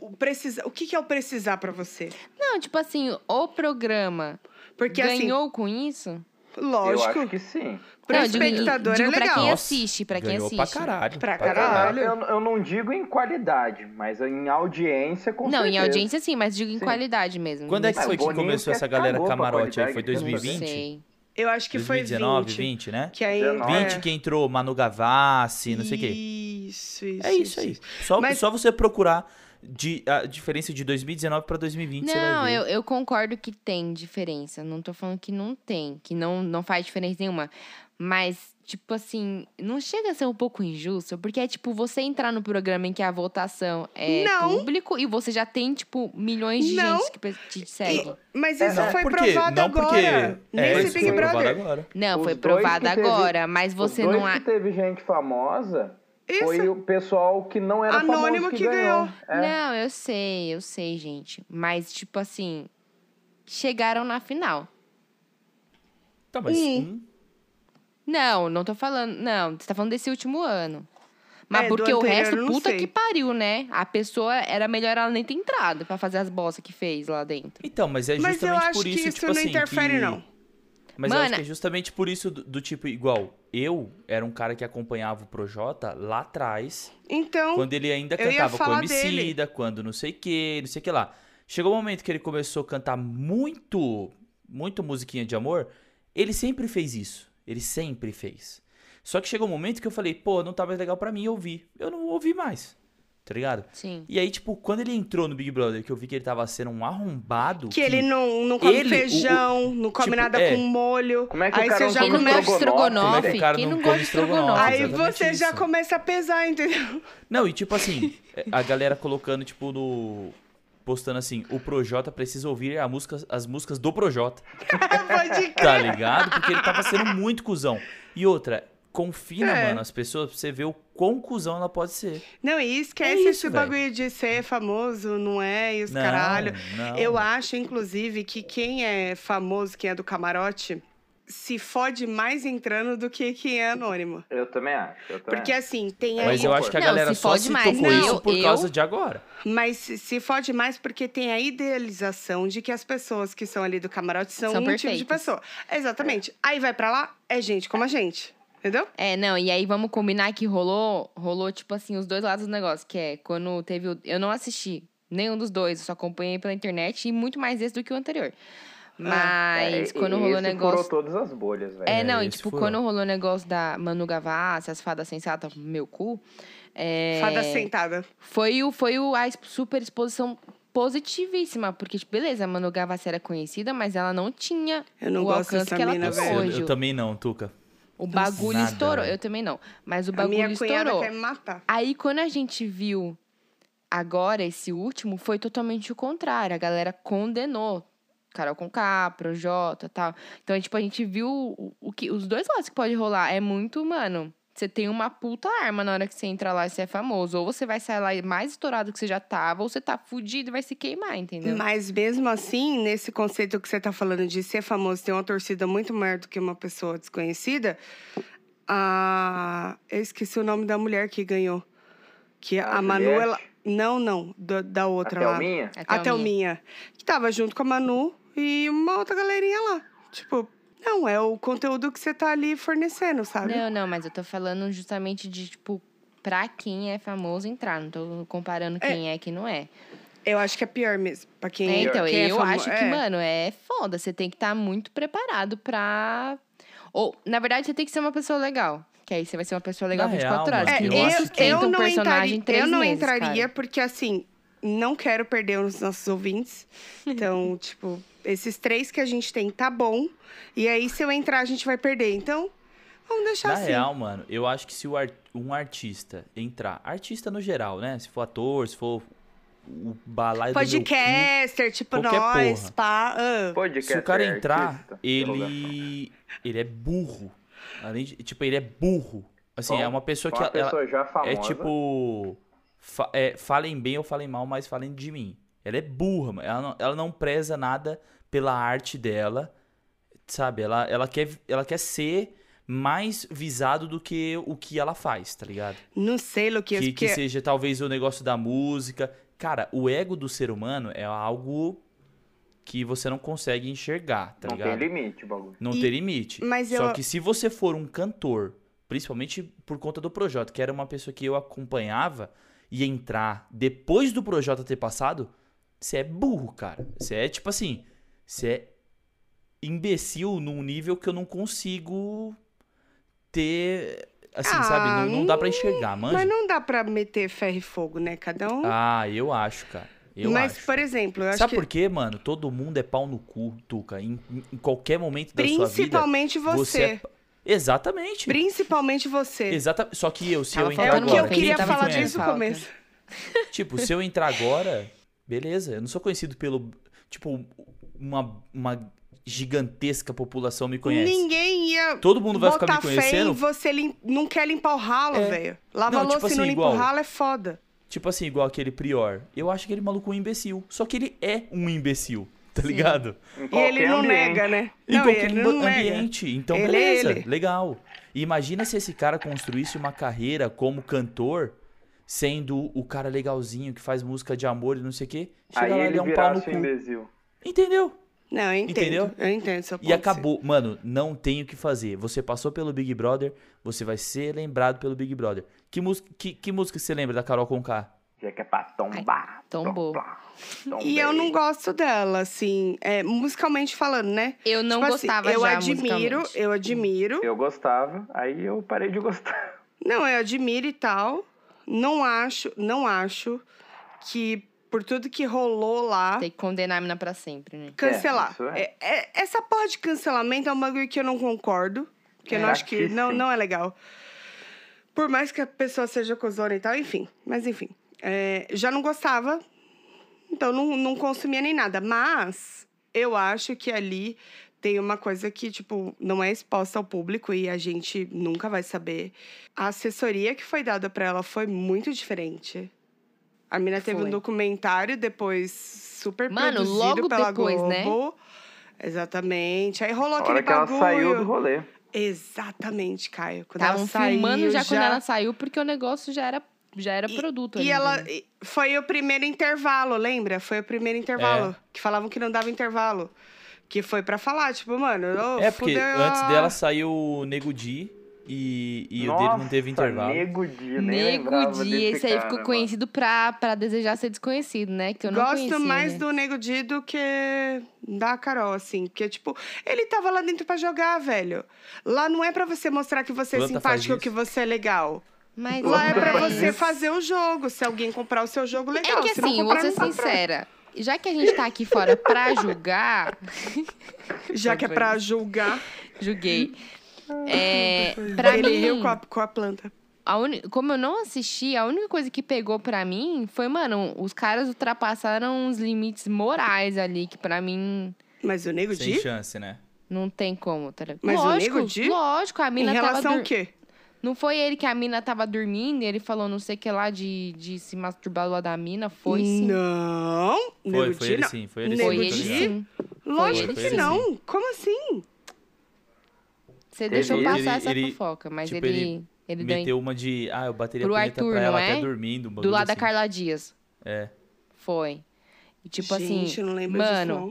[SPEAKER 3] O, precisar, o que, que é o precisar pra você?
[SPEAKER 2] Não, tipo assim, o programa
[SPEAKER 3] Porque,
[SPEAKER 1] assim,
[SPEAKER 2] ganhou com isso?
[SPEAKER 3] assim,
[SPEAKER 1] Eu acho
[SPEAKER 3] lógico,
[SPEAKER 1] que sim.
[SPEAKER 3] pro
[SPEAKER 2] Não, eu digo-
[SPEAKER 3] espectador
[SPEAKER 2] digo
[SPEAKER 3] é
[SPEAKER 2] pra
[SPEAKER 3] legal.
[SPEAKER 2] Quem assiste, pra quem
[SPEAKER 4] ganhou
[SPEAKER 2] assiste.
[SPEAKER 4] pra caralho.
[SPEAKER 3] Pra
[SPEAKER 1] Eu,
[SPEAKER 3] Caralho.
[SPEAKER 1] eu- eu não digo em qualidade, mas em audiência com
[SPEAKER 2] não, em
[SPEAKER 1] certeza.
[SPEAKER 2] audiência sim, mas digo em
[SPEAKER 1] Sim.
[SPEAKER 2] qualidade mesmo.
[SPEAKER 4] Quando é que
[SPEAKER 1] Ah, o
[SPEAKER 4] foi que
[SPEAKER 1] Boninho
[SPEAKER 4] começou
[SPEAKER 1] que
[SPEAKER 4] essa galera
[SPEAKER 1] cagou pra
[SPEAKER 4] camarote aí?
[SPEAKER 1] qualidade,
[SPEAKER 4] Foi
[SPEAKER 1] eu não
[SPEAKER 4] 2020?
[SPEAKER 2] Não sei.
[SPEAKER 3] Eu acho que foi
[SPEAKER 4] 2019,
[SPEAKER 3] 20.
[SPEAKER 4] 20, né?
[SPEAKER 3] Que aí, é.
[SPEAKER 1] 19.
[SPEAKER 4] 20
[SPEAKER 2] É.
[SPEAKER 4] que entrou Manu Gavassi, não sei o quê.
[SPEAKER 3] Isso, isso.
[SPEAKER 4] É isso aí. Só,
[SPEAKER 3] Mas-
[SPEAKER 4] só você procurar de, a diferença de 2019 pra 2020, você vai
[SPEAKER 2] Não,
[SPEAKER 4] ver.
[SPEAKER 2] eu, eu concordo que tem diferença. Não tô falando que não tem, que não, não faz diferença nenhuma. Mas, tipo assim, não chega a ser um pouco injusto, porque é tipo você entrar no programa em que a votação é
[SPEAKER 3] Não.
[SPEAKER 2] público e você já tem, tipo, milhões de
[SPEAKER 3] Não.
[SPEAKER 2] gente que pe- te segue.
[SPEAKER 3] Mas isso
[SPEAKER 1] É, não,
[SPEAKER 3] foi
[SPEAKER 4] Por quê?
[SPEAKER 3] provado
[SPEAKER 4] não porque...
[SPEAKER 3] agora.
[SPEAKER 4] É,
[SPEAKER 3] Nesse
[SPEAKER 4] isso
[SPEAKER 3] Big
[SPEAKER 4] foi provado
[SPEAKER 3] Brother.
[SPEAKER 4] agora.
[SPEAKER 2] Não,
[SPEAKER 1] Os
[SPEAKER 2] foi
[SPEAKER 1] dois
[SPEAKER 2] provado
[SPEAKER 1] que teve-
[SPEAKER 2] agora, mas você
[SPEAKER 1] Os dois
[SPEAKER 2] não é.
[SPEAKER 1] que
[SPEAKER 2] há.
[SPEAKER 1] teve gente famosa
[SPEAKER 3] Isso.
[SPEAKER 1] foi o pessoal que não era
[SPEAKER 3] Anônimo
[SPEAKER 1] famoso que,
[SPEAKER 3] que
[SPEAKER 1] ganhou. É.
[SPEAKER 2] Não, eu sei, eu sei, gente. Mas, tipo assim, chegaram na final.
[SPEAKER 4] Tá, mas...
[SPEAKER 3] Hum.
[SPEAKER 4] hum,
[SPEAKER 2] Não, não tô falando. Não, você tá falando desse último ano. Mas
[SPEAKER 3] É, do
[SPEAKER 2] porque o
[SPEAKER 3] anterior
[SPEAKER 2] resto,
[SPEAKER 3] eu não
[SPEAKER 2] puta
[SPEAKER 3] sei.
[SPEAKER 2] que pariu, né? A pessoa era melhor ela nem ter entrado pra fazer as bostas que fez lá dentro.
[SPEAKER 4] Então, mas é
[SPEAKER 3] Mas eu
[SPEAKER 4] justamente
[SPEAKER 3] acho
[SPEAKER 4] por
[SPEAKER 3] que
[SPEAKER 4] isso,
[SPEAKER 3] isso
[SPEAKER 4] tipo
[SPEAKER 3] não
[SPEAKER 4] assim,
[SPEAKER 3] interfere,
[SPEAKER 4] que-
[SPEAKER 3] não.
[SPEAKER 4] Mas eu acho
[SPEAKER 2] Mana-
[SPEAKER 4] que é justamente por isso do, do tipo, igual, eu era um cara que acompanhava o Projota lá atrás,
[SPEAKER 3] Então,
[SPEAKER 4] quando ele ainda
[SPEAKER 3] eu ia
[SPEAKER 4] cantava com o
[SPEAKER 3] falar
[SPEAKER 4] Emicida, quando não sei o que, não sei o que lá. Chegou um momento que ele começou a cantar muito, muito musiquinha de amor, ele sempre fez isso, ele sempre fez. Só que chegou um momento que eu falei, pô, não tá mais legal pra mim ouvir, eu não ouvi mais, tá ligado?
[SPEAKER 2] Sim.
[SPEAKER 4] E aí, tipo, quando ele entrou no Big Brother, que eu vi que ele tava sendo um arrombado...
[SPEAKER 3] que ele não, não come
[SPEAKER 4] Ele, o-
[SPEAKER 3] feijão, não come
[SPEAKER 4] tipo,
[SPEAKER 3] nada
[SPEAKER 4] é.
[SPEAKER 3] com molho.
[SPEAKER 1] Como é que
[SPEAKER 3] aí
[SPEAKER 1] o cara
[SPEAKER 3] você
[SPEAKER 1] não
[SPEAKER 3] já
[SPEAKER 2] Quem
[SPEAKER 1] come
[SPEAKER 2] não gosta de
[SPEAKER 3] começa. né?
[SPEAKER 4] Como
[SPEAKER 2] estrogonofe?
[SPEAKER 4] é que o cara
[SPEAKER 2] Quem
[SPEAKER 4] não
[SPEAKER 2] não
[SPEAKER 4] come
[SPEAKER 2] gosta de estrogonofe?
[SPEAKER 3] Aí
[SPEAKER 4] é Exatamente
[SPEAKER 3] você já
[SPEAKER 4] isso.
[SPEAKER 3] começa a pesar, entendeu?
[SPEAKER 4] Não, e tipo assim, é, a galera colocando, tipo, no. Postando assim, o Projota precisa ouvir a música, as músicas do Projota,
[SPEAKER 3] Pode crer.
[SPEAKER 4] tá ligado? Porque ele tava sendo muito cuzão. E outra, confina,
[SPEAKER 3] É.
[SPEAKER 4] mano, as pessoas pra você ver o quão cuzão ela pode ser.
[SPEAKER 3] Não, e
[SPEAKER 4] É
[SPEAKER 3] esquece
[SPEAKER 4] isso,
[SPEAKER 3] esse
[SPEAKER 4] velho.
[SPEAKER 3] bagulho de ser famoso, não é? E os
[SPEAKER 4] não,
[SPEAKER 3] caralho.
[SPEAKER 4] não.
[SPEAKER 3] Eu acho, inclusive, que quem é famoso, quem é do camarote, se fode mais entrando do que quem é anônimo.
[SPEAKER 1] Eu também acho. eu também
[SPEAKER 3] Porque
[SPEAKER 2] é
[SPEAKER 1] acho.
[SPEAKER 3] assim, tem aí.
[SPEAKER 4] Mas eu acho que a
[SPEAKER 2] Não,
[SPEAKER 4] galera
[SPEAKER 2] se
[SPEAKER 4] só
[SPEAKER 2] fode
[SPEAKER 4] se
[SPEAKER 2] mais.
[SPEAKER 4] tocou
[SPEAKER 3] Não,
[SPEAKER 4] isso por
[SPEAKER 2] eu-
[SPEAKER 4] causa de agora.
[SPEAKER 3] Mas se se fode mais porque tem a idealização de que as pessoas que são ali do camarote são,
[SPEAKER 2] São
[SPEAKER 3] um tipo de
[SPEAKER 2] perfeitas.
[SPEAKER 3] pessoa. Exatamente. Aí vai pra lá, é gente como a gente. Entendeu?
[SPEAKER 2] É, não, e aí vamos combinar que rolou, rolou, tipo assim, os dois lados do negócio, que é quando teve o. Eu não assisti nenhum dos dois, eu só acompanhei pela internet e muito mais esse do que o anterior.
[SPEAKER 3] Ah,
[SPEAKER 2] Mas
[SPEAKER 1] É, e-
[SPEAKER 2] quando
[SPEAKER 1] e
[SPEAKER 2] rolou o
[SPEAKER 1] esse
[SPEAKER 2] negócio.
[SPEAKER 1] Furou todas as bolhas, velho.
[SPEAKER 2] É,
[SPEAKER 4] É,
[SPEAKER 2] não, e
[SPEAKER 4] esse
[SPEAKER 2] tipo,
[SPEAKER 4] furou.
[SPEAKER 2] quando rolou o negócio da Manu Gavassi, as fadas sensatas, meu cu. É,
[SPEAKER 3] Fada sentada.
[SPEAKER 2] Foi, o, foi o, a exp- super exposição positivíssima, porque, tipo, beleza, a Manu Gavassi era conhecida, mas ela não tinha
[SPEAKER 3] Eu não
[SPEAKER 2] o
[SPEAKER 3] gosto
[SPEAKER 2] alcance
[SPEAKER 3] dessa
[SPEAKER 2] que ela
[SPEAKER 3] mina,
[SPEAKER 2] tem
[SPEAKER 4] Nossa,
[SPEAKER 3] velho.
[SPEAKER 4] eu,
[SPEAKER 2] hoje.
[SPEAKER 4] eu também não, Tuca.
[SPEAKER 2] O bagulho
[SPEAKER 4] Nada,
[SPEAKER 2] estourou.
[SPEAKER 4] velho.
[SPEAKER 2] Eu também não. Mas o
[SPEAKER 3] A
[SPEAKER 2] bagulho
[SPEAKER 3] minha cunhada
[SPEAKER 2] estourou.
[SPEAKER 3] quer me matar.
[SPEAKER 2] Aí, quando a gente viu agora esse último, foi totalmente o contrário. A galera condenou. Carol com K, Projota tal. Então, é, tipo, a gente viu o, o que, os dois lados que pode rolar. É muito, mano. Você tem uma puta arma na hora que você entra lá e você é famoso. Ou você vai sair lá mais estourado que você já tava, ou você tá fudido e vai se queimar, entendeu?
[SPEAKER 3] Mas mesmo assim, nesse conceito que você tá falando de ser famoso, ter uma torcida muito maior do que uma pessoa desconhecida, a... eu esqueci o nome da mulher que ganhou. Que a,
[SPEAKER 1] A
[SPEAKER 3] Manu,
[SPEAKER 1] Juliette?
[SPEAKER 3] ela. Não, não, do- da outra
[SPEAKER 1] Até
[SPEAKER 3] lá.
[SPEAKER 1] o minha?
[SPEAKER 3] A
[SPEAKER 2] o Mi-
[SPEAKER 3] Thelminha. Que tava junto com a Manu e uma outra galerinha lá. Tipo, não, é o conteúdo que você tá ali fornecendo, sabe?
[SPEAKER 2] Não, não, mas eu tô falando justamente de, tipo, pra quem é famoso entrar. Não tô comparando quem é, e quem não é.
[SPEAKER 3] Eu acho que é pior mesmo. Pra quem
[SPEAKER 2] É, então,
[SPEAKER 3] quem é
[SPEAKER 2] eu
[SPEAKER 3] famo-
[SPEAKER 2] acho que,
[SPEAKER 3] é.
[SPEAKER 2] mano, é foda. Você tem que estar muito preparado pra. Ou, na verdade, você tem que ser uma pessoa legal. Que aí você vai ser uma pessoa legal
[SPEAKER 4] Na
[SPEAKER 2] 24
[SPEAKER 4] real,
[SPEAKER 2] horas.
[SPEAKER 4] mano,
[SPEAKER 3] É,
[SPEAKER 2] que
[SPEAKER 4] eu
[SPEAKER 2] ninguém
[SPEAKER 4] acho que-
[SPEAKER 2] sustenta um personagem em
[SPEAKER 3] entraria, eu
[SPEAKER 2] três
[SPEAKER 3] não
[SPEAKER 2] meses,
[SPEAKER 3] entraria
[SPEAKER 2] cara.
[SPEAKER 3] porque assim, não quero perder os nossos ouvintes. Então, tipo, esses três que a gente tem tá bom. E aí, se eu entrar, a gente vai perder. Então, vamos deixar
[SPEAKER 4] Na
[SPEAKER 3] assim.
[SPEAKER 4] real, mano, eu acho que se o ar- um artista entrar, artista no geral, né? Se for ator, se for o balaio do meu cu,
[SPEAKER 3] Podcaster, tipo
[SPEAKER 4] qualquer
[SPEAKER 3] nós,
[SPEAKER 4] porra.
[SPEAKER 3] pá. ah.
[SPEAKER 1] Podcast
[SPEAKER 4] se o cara
[SPEAKER 1] é
[SPEAKER 4] entrar,
[SPEAKER 1] artista, pelo lugar.
[SPEAKER 4] ele ele é burro. Além de, tipo, ele é burro. Assim,
[SPEAKER 1] Bom,
[SPEAKER 4] é uma pessoa que
[SPEAKER 1] Uma
[SPEAKER 4] ela- ela-
[SPEAKER 1] pessoa já famosa.
[SPEAKER 4] é tipo fa- é, falem bem ou falem mal, mas falem de mim. Ela é burra, mano. ela não, ela não preza nada pela arte dela, sabe? Ela, ela quer ela quer ser mais visado do que o que ela faz, tá ligado?
[SPEAKER 3] Não sei, Luquinhas,
[SPEAKER 4] que, que
[SPEAKER 3] porque
[SPEAKER 4] seja talvez o negócio da música. Cara, o ego do ser humano é algo que você não consegue enxergar, tá
[SPEAKER 1] não
[SPEAKER 4] ligado?
[SPEAKER 1] tem limite o bagulho.
[SPEAKER 4] Não
[SPEAKER 3] E-
[SPEAKER 4] tem limite.
[SPEAKER 3] mas
[SPEAKER 4] Só
[SPEAKER 3] eu-
[SPEAKER 4] que se você for um cantor, principalmente por conta do Projota, que era uma pessoa que eu acompanhava, e entrar depois do Projota ter passado, você é burro, cara. Você é tipo assim, você é imbecil num nível que eu não consigo ter. Assim,
[SPEAKER 3] Ah,
[SPEAKER 4] sabe? Não, não dá pra enxergar,
[SPEAKER 3] Mas
[SPEAKER 4] manja.
[SPEAKER 3] não dá pra meter ferro e fogo, né? Cada um.
[SPEAKER 4] Ah, eu acho, cara. Eu
[SPEAKER 3] Mas,
[SPEAKER 4] acho.
[SPEAKER 3] por exemplo, eu acho
[SPEAKER 4] Sabe
[SPEAKER 3] que.
[SPEAKER 4] por quê, mano? Todo mundo é pau no cu, Tuca. Em, em qualquer momento da sua vida.
[SPEAKER 3] Principalmente
[SPEAKER 4] você é
[SPEAKER 3] você.
[SPEAKER 4] pa- Exatamente.
[SPEAKER 3] Principalmente você.
[SPEAKER 4] Exata... Só que eu, se
[SPEAKER 2] Ela
[SPEAKER 4] eu
[SPEAKER 2] falou
[SPEAKER 4] entrar
[SPEAKER 3] É o que
[SPEAKER 4] agora.
[SPEAKER 3] eu
[SPEAKER 2] Quem
[SPEAKER 3] queria
[SPEAKER 4] ninguém
[SPEAKER 2] tava
[SPEAKER 3] falar
[SPEAKER 4] me conhece.
[SPEAKER 3] desde o
[SPEAKER 2] tá falta?
[SPEAKER 3] começo.
[SPEAKER 4] Tipo, se eu entrar agora, beleza. Eu não sou conhecido pelo. Tipo, uma, uma gigantesca população me conhece.
[SPEAKER 3] Ninguém ia
[SPEAKER 4] Todo mundo vai
[SPEAKER 3] botar
[SPEAKER 4] ficar me
[SPEAKER 3] fé em
[SPEAKER 4] conhecendo.
[SPEAKER 3] você lim- não quer limpar o ralo,
[SPEAKER 4] É.
[SPEAKER 3] velho. Lava
[SPEAKER 4] Não,
[SPEAKER 3] a louça
[SPEAKER 4] tipo
[SPEAKER 3] e não
[SPEAKER 4] assim,
[SPEAKER 3] limpa o
[SPEAKER 4] igual-
[SPEAKER 3] ralo é foda.
[SPEAKER 4] Tipo assim, igual aquele Prior. Eu acho aquele maluco um imbecil. Só que ele é um imbecil, tá
[SPEAKER 2] Sim.
[SPEAKER 4] ligado?
[SPEAKER 1] Em
[SPEAKER 3] E ele
[SPEAKER 1] qualquer
[SPEAKER 3] não
[SPEAKER 1] ambiente.
[SPEAKER 3] nega, né?
[SPEAKER 4] Em
[SPEAKER 3] Não,
[SPEAKER 4] qualquer
[SPEAKER 3] ele
[SPEAKER 4] ambi-
[SPEAKER 3] não nega.
[SPEAKER 4] um ambiente. Então,
[SPEAKER 3] Ele é
[SPEAKER 4] beleza,
[SPEAKER 3] ele.
[SPEAKER 4] legal. E Imagina se esse cara construísse uma carreira como cantor, sendo o cara legalzinho que faz música de amor e não sei o quê. Chega
[SPEAKER 1] Aí
[SPEAKER 4] lá,
[SPEAKER 1] ele
[SPEAKER 4] ele é um pau no
[SPEAKER 1] virasse
[SPEAKER 4] cu.
[SPEAKER 1] um imbecil.
[SPEAKER 4] Entendeu?
[SPEAKER 3] Não, eu entendo.
[SPEAKER 4] Entendeu?
[SPEAKER 3] Eu entendo seu ponto.
[SPEAKER 4] E acabou. Mano, não tem o que fazer. Você passou pelo Big Brother, você vai ser lembrado pelo Big Brother. Que, mus que, que música você lembra da Carol Conká?
[SPEAKER 1] Já que é pra tombar.
[SPEAKER 2] tombou.
[SPEAKER 1] tomplar,
[SPEAKER 3] E eu
[SPEAKER 1] tombei.
[SPEAKER 3] não gosto dela, assim, é, musicalmente falando, né?
[SPEAKER 2] Eu não
[SPEAKER 3] Tipo assim,
[SPEAKER 2] gostava
[SPEAKER 3] eu
[SPEAKER 2] já
[SPEAKER 3] admiro,
[SPEAKER 2] musicalmente.
[SPEAKER 3] eu admiro.
[SPEAKER 1] Eu gostava, aí eu parei de gostar.
[SPEAKER 3] Não, eu admiro e tal. Não acho, não acho que por tudo que rolou lá,
[SPEAKER 2] Tem que condenar a mina pra sempre, né?
[SPEAKER 3] cancelar.
[SPEAKER 1] isso é.
[SPEAKER 3] É, é- essa porra de cancelamento é um bagulho que eu não concordo. Que eu não
[SPEAKER 1] É.
[SPEAKER 3] acho que não,
[SPEAKER 1] Chatíssimo.
[SPEAKER 3] não é legal. Por mais que a pessoa seja cozona e tal, enfim. Mas enfim. É, já não gostava. Então não, não consumia nem nada. Mas eu acho que ali tem uma coisa que, tipo, não é exposta ao público e a gente nunca vai saber. A assessoria que foi dada pra ela foi muito diferente. A mina teve
[SPEAKER 2] Foi.
[SPEAKER 3] um documentário depois super
[SPEAKER 2] Mano,
[SPEAKER 3] produzido
[SPEAKER 2] logo
[SPEAKER 3] pela
[SPEAKER 2] depois, né?
[SPEAKER 3] Globo. Exatamente. Aí rolou
[SPEAKER 1] A
[SPEAKER 3] aquele
[SPEAKER 1] hora que ela
[SPEAKER 3] bagulho.
[SPEAKER 1] saiu do rolê.
[SPEAKER 3] Exatamente, Caio. Quando
[SPEAKER 2] Estavam
[SPEAKER 3] ela saiu,
[SPEAKER 2] filmando já quando ela né? saiu, porque o negócio já era, já era produto.
[SPEAKER 3] E
[SPEAKER 2] ali,
[SPEAKER 3] ela
[SPEAKER 2] entendeu?
[SPEAKER 3] e- foi o primeiro intervalo, lembra? Foi o primeiro intervalo
[SPEAKER 4] É.
[SPEAKER 3] que falavam que não dava intervalo, que foi pra falar, tipo, mano, ô,
[SPEAKER 4] é, porque
[SPEAKER 3] fudeu ah, a-
[SPEAKER 4] antes dela saiu o Nego Di e, e o
[SPEAKER 1] Nossa,
[SPEAKER 4] dele não teve intervalo.
[SPEAKER 1] Nego Di, nem lembrava
[SPEAKER 2] Nego Di,
[SPEAKER 1] desse
[SPEAKER 2] esse aí
[SPEAKER 1] cara,
[SPEAKER 2] ficou
[SPEAKER 1] mano.
[SPEAKER 2] conhecido pra, pra desejar ser desconhecido, né? Que eu não
[SPEAKER 3] Gosto
[SPEAKER 2] conhecia,
[SPEAKER 3] mais
[SPEAKER 2] né?
[SPEAKER 3] do Nego Di do que da Carol, assim. Porque, tipo, ele tava lá dentro pra jogar, velho. Lá não é pra você mostrar que você é
[SPEAKER 4] Planta faz
[SPEAKER 3] simpático ou
[SPEAKER 4] isso.
[SPEAKER 3] que você é legal.
[SPEAKER 2] Mas
[SPEAKER 3] Lá é
[SPEAKER 1] Planta
[SPEAKER 3] pra
[SPEAKER 1] faz
[SPEAKER 3] você
[SPEAKER 1] isso.
[SPEAKER 3] fazer o jogo. Se alguém comprar o seu jogo, legal.
[SPEAKER 2] É que
[SPEAKER 3] Se não
[SPEAKER 2] assim, eu vou ser
[SPEAKER 3] comprar, não tá compra.
[SPEAKER 2] sincera. Já que a gente tá aqui fora pra julgar,
[SPEAKER 3] Já que é pra julgar,
[SPEAKER 2] julguei.
[SPEAKER 3] Ah,
[SPEAKER 2] É, pra
[SPEAKER 3] ele
[SPEAKER 2] mim,
[SPEAKER 3] riu com a, com a planta.
[SPEAKER 2] a uni- como eu não assisti, a única coisa que pegou pra mim foi, mano, os caras ultrapassaram os limites morais ali, que pra mim
[SPEAKER 3] Mas o Nego
[SPEAKER 4] Sem
[SPEAKER 3] Di?
[SPEAKER 4] chance, né?
[SPEAKER 2] não tem como. Tá? ligado?
[SPEAKER 3] Mas o
[SPEAKER 2] lógico,
[SPEAKER 3] Nego Di?
[SPEAKER 2] lógico, a
[SPEAKER 3] Em
[SPEAKER 2] mina
[SPEAKER 3] relação
[SPEAKER 2] tava
[SPEAKER 3] ao quê?
[SPEAKER 2] Não foi ele que a mina tava dormindo e ele falou não sei o que lá de, de se masturbar lá da mina? Foi sim.
[SPEAKER 3] Não,
[SPEAKER 4] Foi,
[SPEAKER 3] Nego
[SPEAKER 4] foi
[SPEAKER 3] Di
[SPEAKER 4] ele
[SPEAKER 3] não.
[SPEAKER 4] sim, foi
[SPEAKER 2] Foi
[SPEAKER 4] ele sim.
[SPEAKER 3] Nego
[SPEAKER 4] eu tô
[SPEAKER 2] ele
[SPEAKER 3] Di?
[SPEAKER 4] ligado.
[SPEAKER 2] sim.
[SPEAKER 3] Lógico
[SPEAKER 4] Foi, foi
[SPEAKER 3] que
[SPEAKER 4] ele
[SPEAKER 3] não. Como assim?
[SPEAKER 2] Você deixou
[SPEAKER 1] Ele-
[SPEAKER 2] passar
[SPEAKER 4] ele-
[SPEAKER 2] essa
[SPEAKER 4] ele-
[SPEAKER 2] fofoca, mas
[SPEAKER 4] tipo,
[SPEAKER 2] ele,
[SPEAKER 4] ele
[SPEAKER 2] ele, deu em-
[SPEAKER 4] Meteu uma de. Ah, eu bateria
[SPEAKER 2] Pro
[SPEAKER 4] a punheta
[SPEAKER 2] Arthur,
[SPEAKER 4] pra ela
[SPEAKER 2] não
[SPEAKER 4] até
[SPEAKER 2] é?
[SPEAKER 4] dormindo. um
[SPEAKER 2] do
[SPEAKER 4] bagulho
[SPEAKER 2] lado da
[SPEAKER 4] assim.
[SPEAKER 2] Carla Dias.
[SPEAKER 4] É.
[SPEAKER 2] Foi. E tipo
[SPEAKER 3] Gente,
[SPEAKER 2] assim,
[SPEAKER 3] eu não lembro
[SPEAKER 2] mano,
[SPEAKER 3] disso,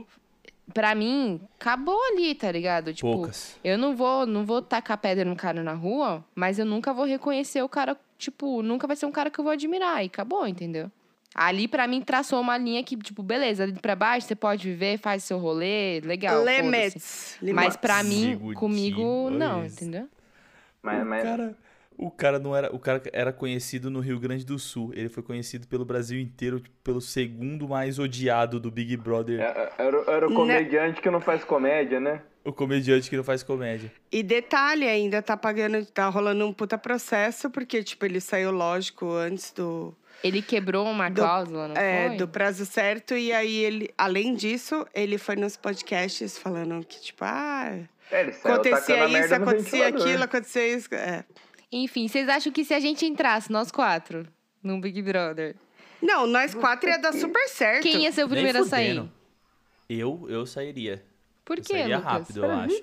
[SPEAKER 3] não.
[SPEAKER 2] pra mim, acabou ali, tá ligado? Tipo,
[SPEAKER 4] Poucas.
[SPEAKER 2] eu não vou, não vou tacar pedra no cara na rua, mas eu nunca vou reconhecer o cara, tipo, nunca vai ser um cara que eu vou admirar. E acabou, entendeu? Ali, pra mim, traçou uma linha que, tipo, beleza, ali pra baixo você pode viver, faz seu rolê, legal. foda-se.
[SPEAKER 3] Lemets.
[SPEAKER 2] Mas pra mim,
[SPEAKER 4] Sigo de
[SPEAKER 2] comigo, não,
[SPEAKER 4] dois.
[SPEAKER 2] entendeu?
[SPEAKER 1] Mas, mas
[SPEAKER 4] Cara, O cara não era, o cara era conhecido no Rio Grande do Sul. Ele foi conhecido pelo Brasil inteiro tipo, pelo segundo mais odiado do Big Brother.
[SPEAKER 1] É- Era, era
[SPEAKER 3] Né?
[SPEAKER 1] o comediante que não faz comédia, né?
[SPEAKER 4] O comediante que não faz comédia.
[SPEAKER 3] E detalhe, ainda tá pagando, tá rolando um puta processo, porque, tipo, ele saiu, lógico, antes do,
[SPEAKER 2] Ele quebrou uma
[SPEAKER 3] Do-
[SPEAKER 2] cláusula, não
[SPEAKER 3] é,
[SPEAKER 2] foi?
[SPEAKER 3] do prazo certo. E aí, ele, além disso, ele foi nos podcasts falando que, tipo, ah,
[SPEAKER 1] É, ele saiu tacando
[SPEAKER 3] acontecia
[SPEAKER 1] a
[SPEAKER 3] isso,
[SPEAKER 1] merda no
[SPEAKER 3] acontecia
[SPEAKER 1] ventilador.
[SPEAKER 3] aquilo, acontecia isso. É.
[SPEAKER 2] Enfim, vocês acham que se a gente entrasse, nós quatro, num Big Brother,
[SPEAKER 3] Não, nós quatro ia dar super certo.
[SPEAKER 2] quem ia ser o
[SPEAKER 4] Nem
[SPEAKER 2] primeiro a
[SPEAKER 4] fudendo.
[SPEAKER 2] sair?
[SPEAKER 4] Eu, eu sairia.
[SPEAKER 2] Por
[SPEAKER 4] eu
[SPEAKER 2] quê,
[SPEAKER 4] sairia
[SPEAKER 2] Lucas?
[SPEAKER 4] rápido, eu acho.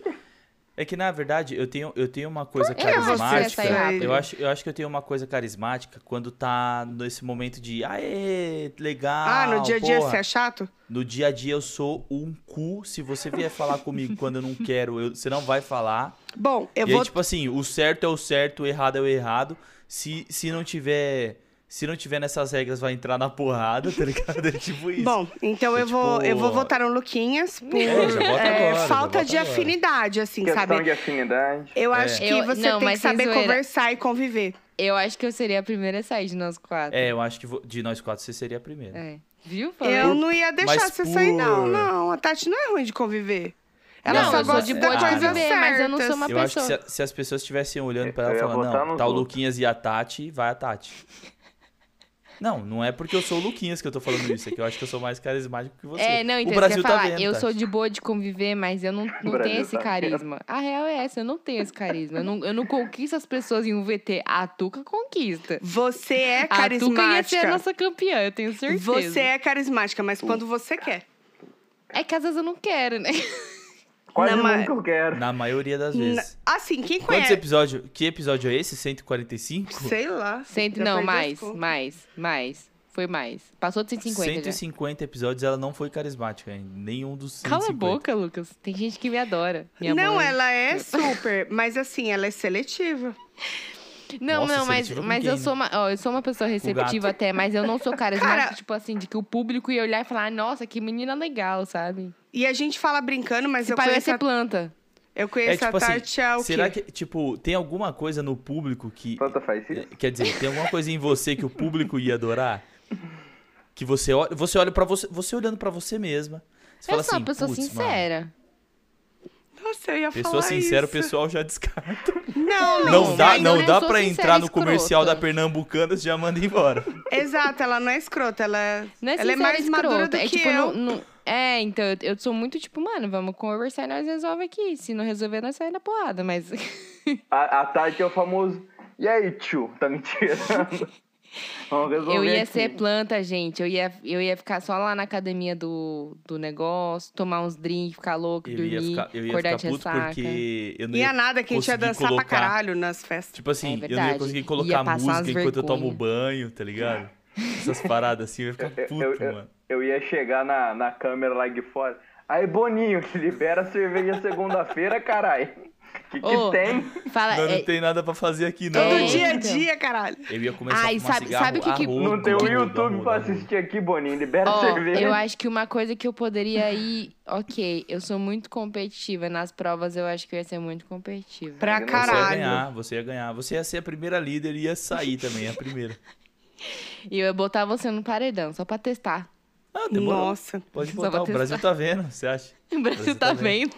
[SPEAKER 4] É que, na verdade, eu tenho, eu tenho uma coisa
[SPEAKER 2] que você ia sair
[SPEAKER 4] carismática.
[SPEAKER 2] rápido?
[SPEAKER 4] Eu acho, eu acho que eu tenho uma coisa carismática quando tá nesse momento de aê, legal.
[SPEAKER 3] Ah, no dia a dia
[SPEAKER 4] porra."
[SPEAKER 3] você é chato?
[SPEAKER 4] No dia a dia eu sou um cu. Se você vier falar comigo quando eu não quero, eu- você não vai falar.
[SPEAKER 3] Bom, eu
[SPEAKER 4] e
[SPEAKER 3] vou.
[SPEAKER 4] aí, tipo assim, o certo é o certo, o errado é o errado. Se, se não tiver. Se não tiver nessas regras, vai entrar na porrada, tá ligado? É tipo isso.
[SPEAKER 3] Bom, então
[SPEAKER 4] É
[SPEAKER 3] eu vou, eu vou
[SPEAKER 4] tipo-
[SPEAKER 3] votar no Luquinhas por
[SPEAKER 4] É, já vota
[SPEAKER 3] é,
[SPEAKER 4] agora, já
[SPEAKER 3] falta
[SPEAKER 4] vota
[SPEAKER 3] de
[SPEAKER 4] agora.
[SPEAKER 3] afinidade, assim,
[SPEAKER 1] Questão
[SPEAKER 3] sabe?
[SPEAKER 1] de afinidade.
[SPEAKER 3] Eu
[SPEAKER 4] É.
[SPEAKER 3] acho que
[SPEAKER 2] Eu-
[SPEAKER 3] você
[SPEAKER 2] não,
[SPEAKER 3] tem que
[SPEAKER 2] mas sem
[SPEAKER 3] saber
[SPEAKER 2] zoeira.
[SPEAKER 3] conversar e conviver.
[SPEAKER 2] Eu acho que eu seria a primeira a sair de nós quatro.
[SPEAKER 4] É, eu acho que vo- de nós quatro você seria a primeira.
[SPEAKER 2] É. Viu?
[SPEAKER 3] Eu não ia deixar
[SPEAKER 4] Mas
[SPEAKER 3] você sair, não.
[SPEAKER 4] por-
[SPEAKER 3] Não, a Tati não é ruim de conviver. Ela
[SPEAKER 4] Não,
[SPEAKER 3] só
[SPEAKER 4] eu sou
[SPEAKER 3] gosta
[SPEAKER 4] de
[SPEAKER 3] de
[SPEAKER 4] boa
[SPEAKER 3] da
[SPEAKER 4] de
[SPEAKER 3] coisa
[SPEAKER 2] conviver, mas eu não sou uma-
[SPEAKER 4] Eu acho que se,
[SPEAKER 2] pessoa.
[SPEAKER 4] a- se as pessoas estivessem olhando pra
[SPEAKER 1] Eu
[SPEAKER 4] ela
[SPEAKER 1] ia
[SPEAKER 4] falando,
[SPEAKER 1] botar
[SPEAKER 4] não,
[SPEAKER 1] nos
[SPEAKER 4] tá o
[SPEAKER 1] outros."
[SPEAKER 4] Luquinhas e a Tati, vai a Tati. Não, não é porque eu sou o Luquinhas que eu tô falando isso, é que eu acho que eu sou mais carismático que você.
[SPEAKER 2] É, não, então
[SPEAKER 4] o Brasil
[SPEAKER 2] você ia
[SPEAKER 4] tá
[SPEAKER 2] falar,
[SPEAKER 4] vendo,
[SPEAKER 2] eu
[SPEAKER 4] Tati.
[SPEAKER 2] sou de boa de conviver, mas eu não, não
[SPEAKER 1] Brasil
[SPEAKER 2] tenho esse
[SPEAKER 1] tá
[SPEAKER 2] carisma. A real é essa, eu não tenho esse carisma. Eu não, eu não conquisto as pessoas em um VT. A Tuca conquista.
[SPEAKER 3] Você é
[SPEAKER 2] A Tuca Ah, ia ser a
[SPEAKER 3] carismática.
[SPEAKER 2] nossa campeã, eu tenho certeza.
[SPEAKER 3] Você é carismática, mas quando você quer.
[SPEAKER 2] É que às vezes eu não quero, né?
[SPEAKER 1] Quase
[SPEAKER 3] Não,
[SPEAKER 1] nunca
[SPEAKER 3] mas-
[SPEAKER 1] eu quero.
[SPEAKER 4] Na maioria das vezes.
[SPEAKER 3] Na- Assim, quem
[SPEAKER 4] Quantos
[SPEAKER 3] conhece.
[SPEAKER 4] episódios? Que episódio é esse? 145?
[SPEAKER 3] Sei lá.
[SPEAKER 2] Cento,
[SPEAKER 3] já
[SPEAKER 2] não,
[SPEAKER 3] perdi as
[SPEAKER 2] mais,
[SPEAKER 3] contas.
[SPEAKER 2] mais, mais. Foi mais. Passou de 150 já.
[SPEAKER 4] 150 episódios, ela não foi carismática ainda. Nenhum dos 150.
[SPEAKER 2] Cala a boca, Lucas. Tem gente que me adora. Minha
[SPEAKER 3] não,
[SPEAKER 2] mãe.
[SPEAKER 3] ela é super, mas assim, ela é seletiva.
[SPEAKER 2] Não,
[SPEAKER 4] Nossa,
[SPEAKER 2] não, mas,
[SPEAKER 4] seletiva com
[SPEAKER 2] mas
[SPEAKER 4] quem,
[SPEAKER 2] eu,
[SPEAKER 4] né?
[SPEAKER 2] sou uma, ó, eu sou uma pessoa receptiva
[SPEAKER 4] gato.
[SPEAKER 2] até, mas eu não sou carismática,
[SPEAKER 3] Cara-
[SPEAKER 2] tipo assim, de que o público ia olhar e falar, nossa, que menina legal, sabe?
[SPEAKER 3] E a gente fala brincando, mas
[SPEAKER 2] Esse
[SPEAKER 3] eu
[SPEAKER 2] pai ia
[SPEAKER 3] conheço,
[SPEAKER 2] ser
[SPEAKER 3] a,
[SPEAKER 2] planta.
[SPEAKER 3] eu
[SPEAKER 4] É
[SPEAKER 3] conheço
[SPEAKER 4] tipo
[SPEAKER 3] a Tati há
[SPEAKER 4] assim,
[SPEAKER 3] Ah, o
[SPEAKER 4] será
[SPEAKER 3] quê?
[SPEAKER 4] que, tipo, tem alguma coisa no público que...
[SPEAKER 1] Planta faz
[SPEAKER 4] é,
[SPEAKER 1] isso?
[SPEAKER 4] Quer dizer, tem alguma coisa em você que o público ia adorar? Que você olha, você olha para você, você olhando pra você mesma. Você
[SPEAKER 2] Eu
[SPEAKER 4] fala
[SPEAKER 2] sou
[SPEAKER 4] assim,
[SPEAKER 2] uma pessoa
[SPEAKER 4] "Putz, mano,
[SPEAKER 2] sincera.
[SPEAKER 3] Nossa, eu ia
[SPEAKER 4] Pessoa
[SPEAKER 3] falar
[SPEAKER 4] sincera, o
[SPEAKER 3] isso.
[SPEAKER 4] pessoal já descarta.
[SPEAKER 3] Não, não.
[SPEAKER 4] Não, dá,
[SPEAKER 2] mas eu
[SPEAKER 4] não
[SPEAKER 2] não
[SPEAKER 4] dá
[SPEAKER 2] sou
[SPEAKER 4] pra
[SPEAKER 2] sincera,
[SPEAKER 4] entrar no
[SPEAKER 2] escrota.
[SPEAKER 4] comercial da Pernambucana, você já manda embora.
[SPEAKER 3] Exato, ela não é escrota, ela é,
[SPEAKER 2] Não é
[SPEAKER 3] ela é
[SPEAKER 2] sincera,
[SPEAKER 3] mais
[SPEAKER 2] escrota.
[SPEAKER 3] madura do
[SPEAKER 2] é,
[SPEAKER 3] que
[SPEAKER 2] tipo,
[SPEAKER 3] eu.
[SPEAKER 2] não- não- É, então, eu, eu sou muito tipo, mano, vamos conversar e nós resolve aqui. Se não resolver, nós saímos na porrada, mas...
[SPEAKER 1] A, a Tati é o famoso. E aí, tio? Tá me tirando? Vamos resolver.
[SPEAKER 2] Eu ia
[SPEAKER 1] aqui.
[SPEAKER 2] ser planta, gente. Eu ia, eu ia ficar só lá na academia do, do negócio, tomar uns drinks, ficar louco,
[SPEAKER 4] Eu
[SPEAKER 2] dormir,
[SPEAKER 4] ia ficar, eu ia
[SPEAKER 2] acordar
[SPEAKER 4] ficar
[SPEAKER 2] de
[SPEAKER 4] puto
[SPEAKER 2] ressaca.
[SPEAKER 4] porque eu não
[SPEAKER 3] Ia
[SPEAKER 4] ia
[SPEAKER 3] é nada, que a gente ia
[SPEAKER 4] conseguir
[SPEAKER 3] dançar
[SPEAKER 4] Né? colocar-
[SPEAKER 3] pra caralho nas festas.
[SPEAKER 4] Tipo assim,
[SPEAKER 2] É
[SPEAKER 4] eu não ia
[SPEAKER 2] verdade.
[SPEAKER 4] conseguir
[SPEAKER 2] Ia
[SPEAKER 4] colocar
[SPEAKER 2] passar umas
[SPEAKER 4] música enquanto eu tomo
[SPEAKER 2] vergonha.
[SPEAKER 4] banho, tá ligado? Essas paradas assim, eu ia ficar
[SPEAKER 1] Eu-
[SPEAKER 4] puto,
[SPEAKER 1] eu- eu-
[SPEAKER 4] mano.
[SPEAKER 1] Eu ia chegar na, na câmera lá de fora. Aí, Boninho, libera a cerveja segunda-feira, caralho. Que que
[SPEAKER 2] Ô,
[SPEAKER 1] tem?
[SPEAKER 2] Fala,
[SPEAKER 4] Não,
[SPEAKER 2] é,
[SPEAKER 4] não tem nada pra fazer aqui, não.
[SPEAKER 3] Todo
[SPEAKER 2] É,
[SPEAKER 3] dia a
[SPEAKER 2] então.
[SPEAKER 3] dia, caralho.
[SPEAKER 4] Eu ia começar
[SPEAKER 2] Ai,
[SPEAKER 4] a fumar
[SPEAKER 2] sabe-
[SPEAKER 4] cigarro
[SPEAKER 2] sabe o que
[SPEAKER 4] a
[SPEAKER 2] que-
[SPEAKER 4] rodo,
[SPEAKER 1] Não tem
[SPEAKER 4] a
[SPEAKER 1] o
[SPEAKER 4] rodo, a
[SPEAKER 1] YouTube
[SPEAKER 4] rodo,
[SPEAKER 1] pra
[SPEAKER 4] a rodo.
[SPEAKER 1] assistir aqui, Boninho. Libera a
[SPEAKER 2] Ó,
[SPEAKER 1] cerveja.
[SPEAKER 2] eu acho que uma coisa que eu poderia ir. Ok, eu sou muito competitiva. Nas provas eu acho que eu ia ser muito competitiva.
[SPEAKER 3] Pra
[SPEAKER 1] Você ia
[SPEAKER 4] Você ia
[SPEAKER 3] caralho.
[SPEAKER 4] ganhar, você ia ganhar. Você ia ser a primeira líder e ia sair também, a primeira.
[SPEAKER 2] E eu ia botar você no paredão, só pra testar.
[SPEAKER 4] Ah, demorou.
[SPEAKER 3] Nossa.
[SPEAKER 4] Pode
[SPEAKER 2] Só
[SPEAKER 4] botar,
[SPEAKER 2] vou
[SPEAKER 4] o Brasil tá vendo, você acha?
[SPEAKER 2] O Brasil tá vendo.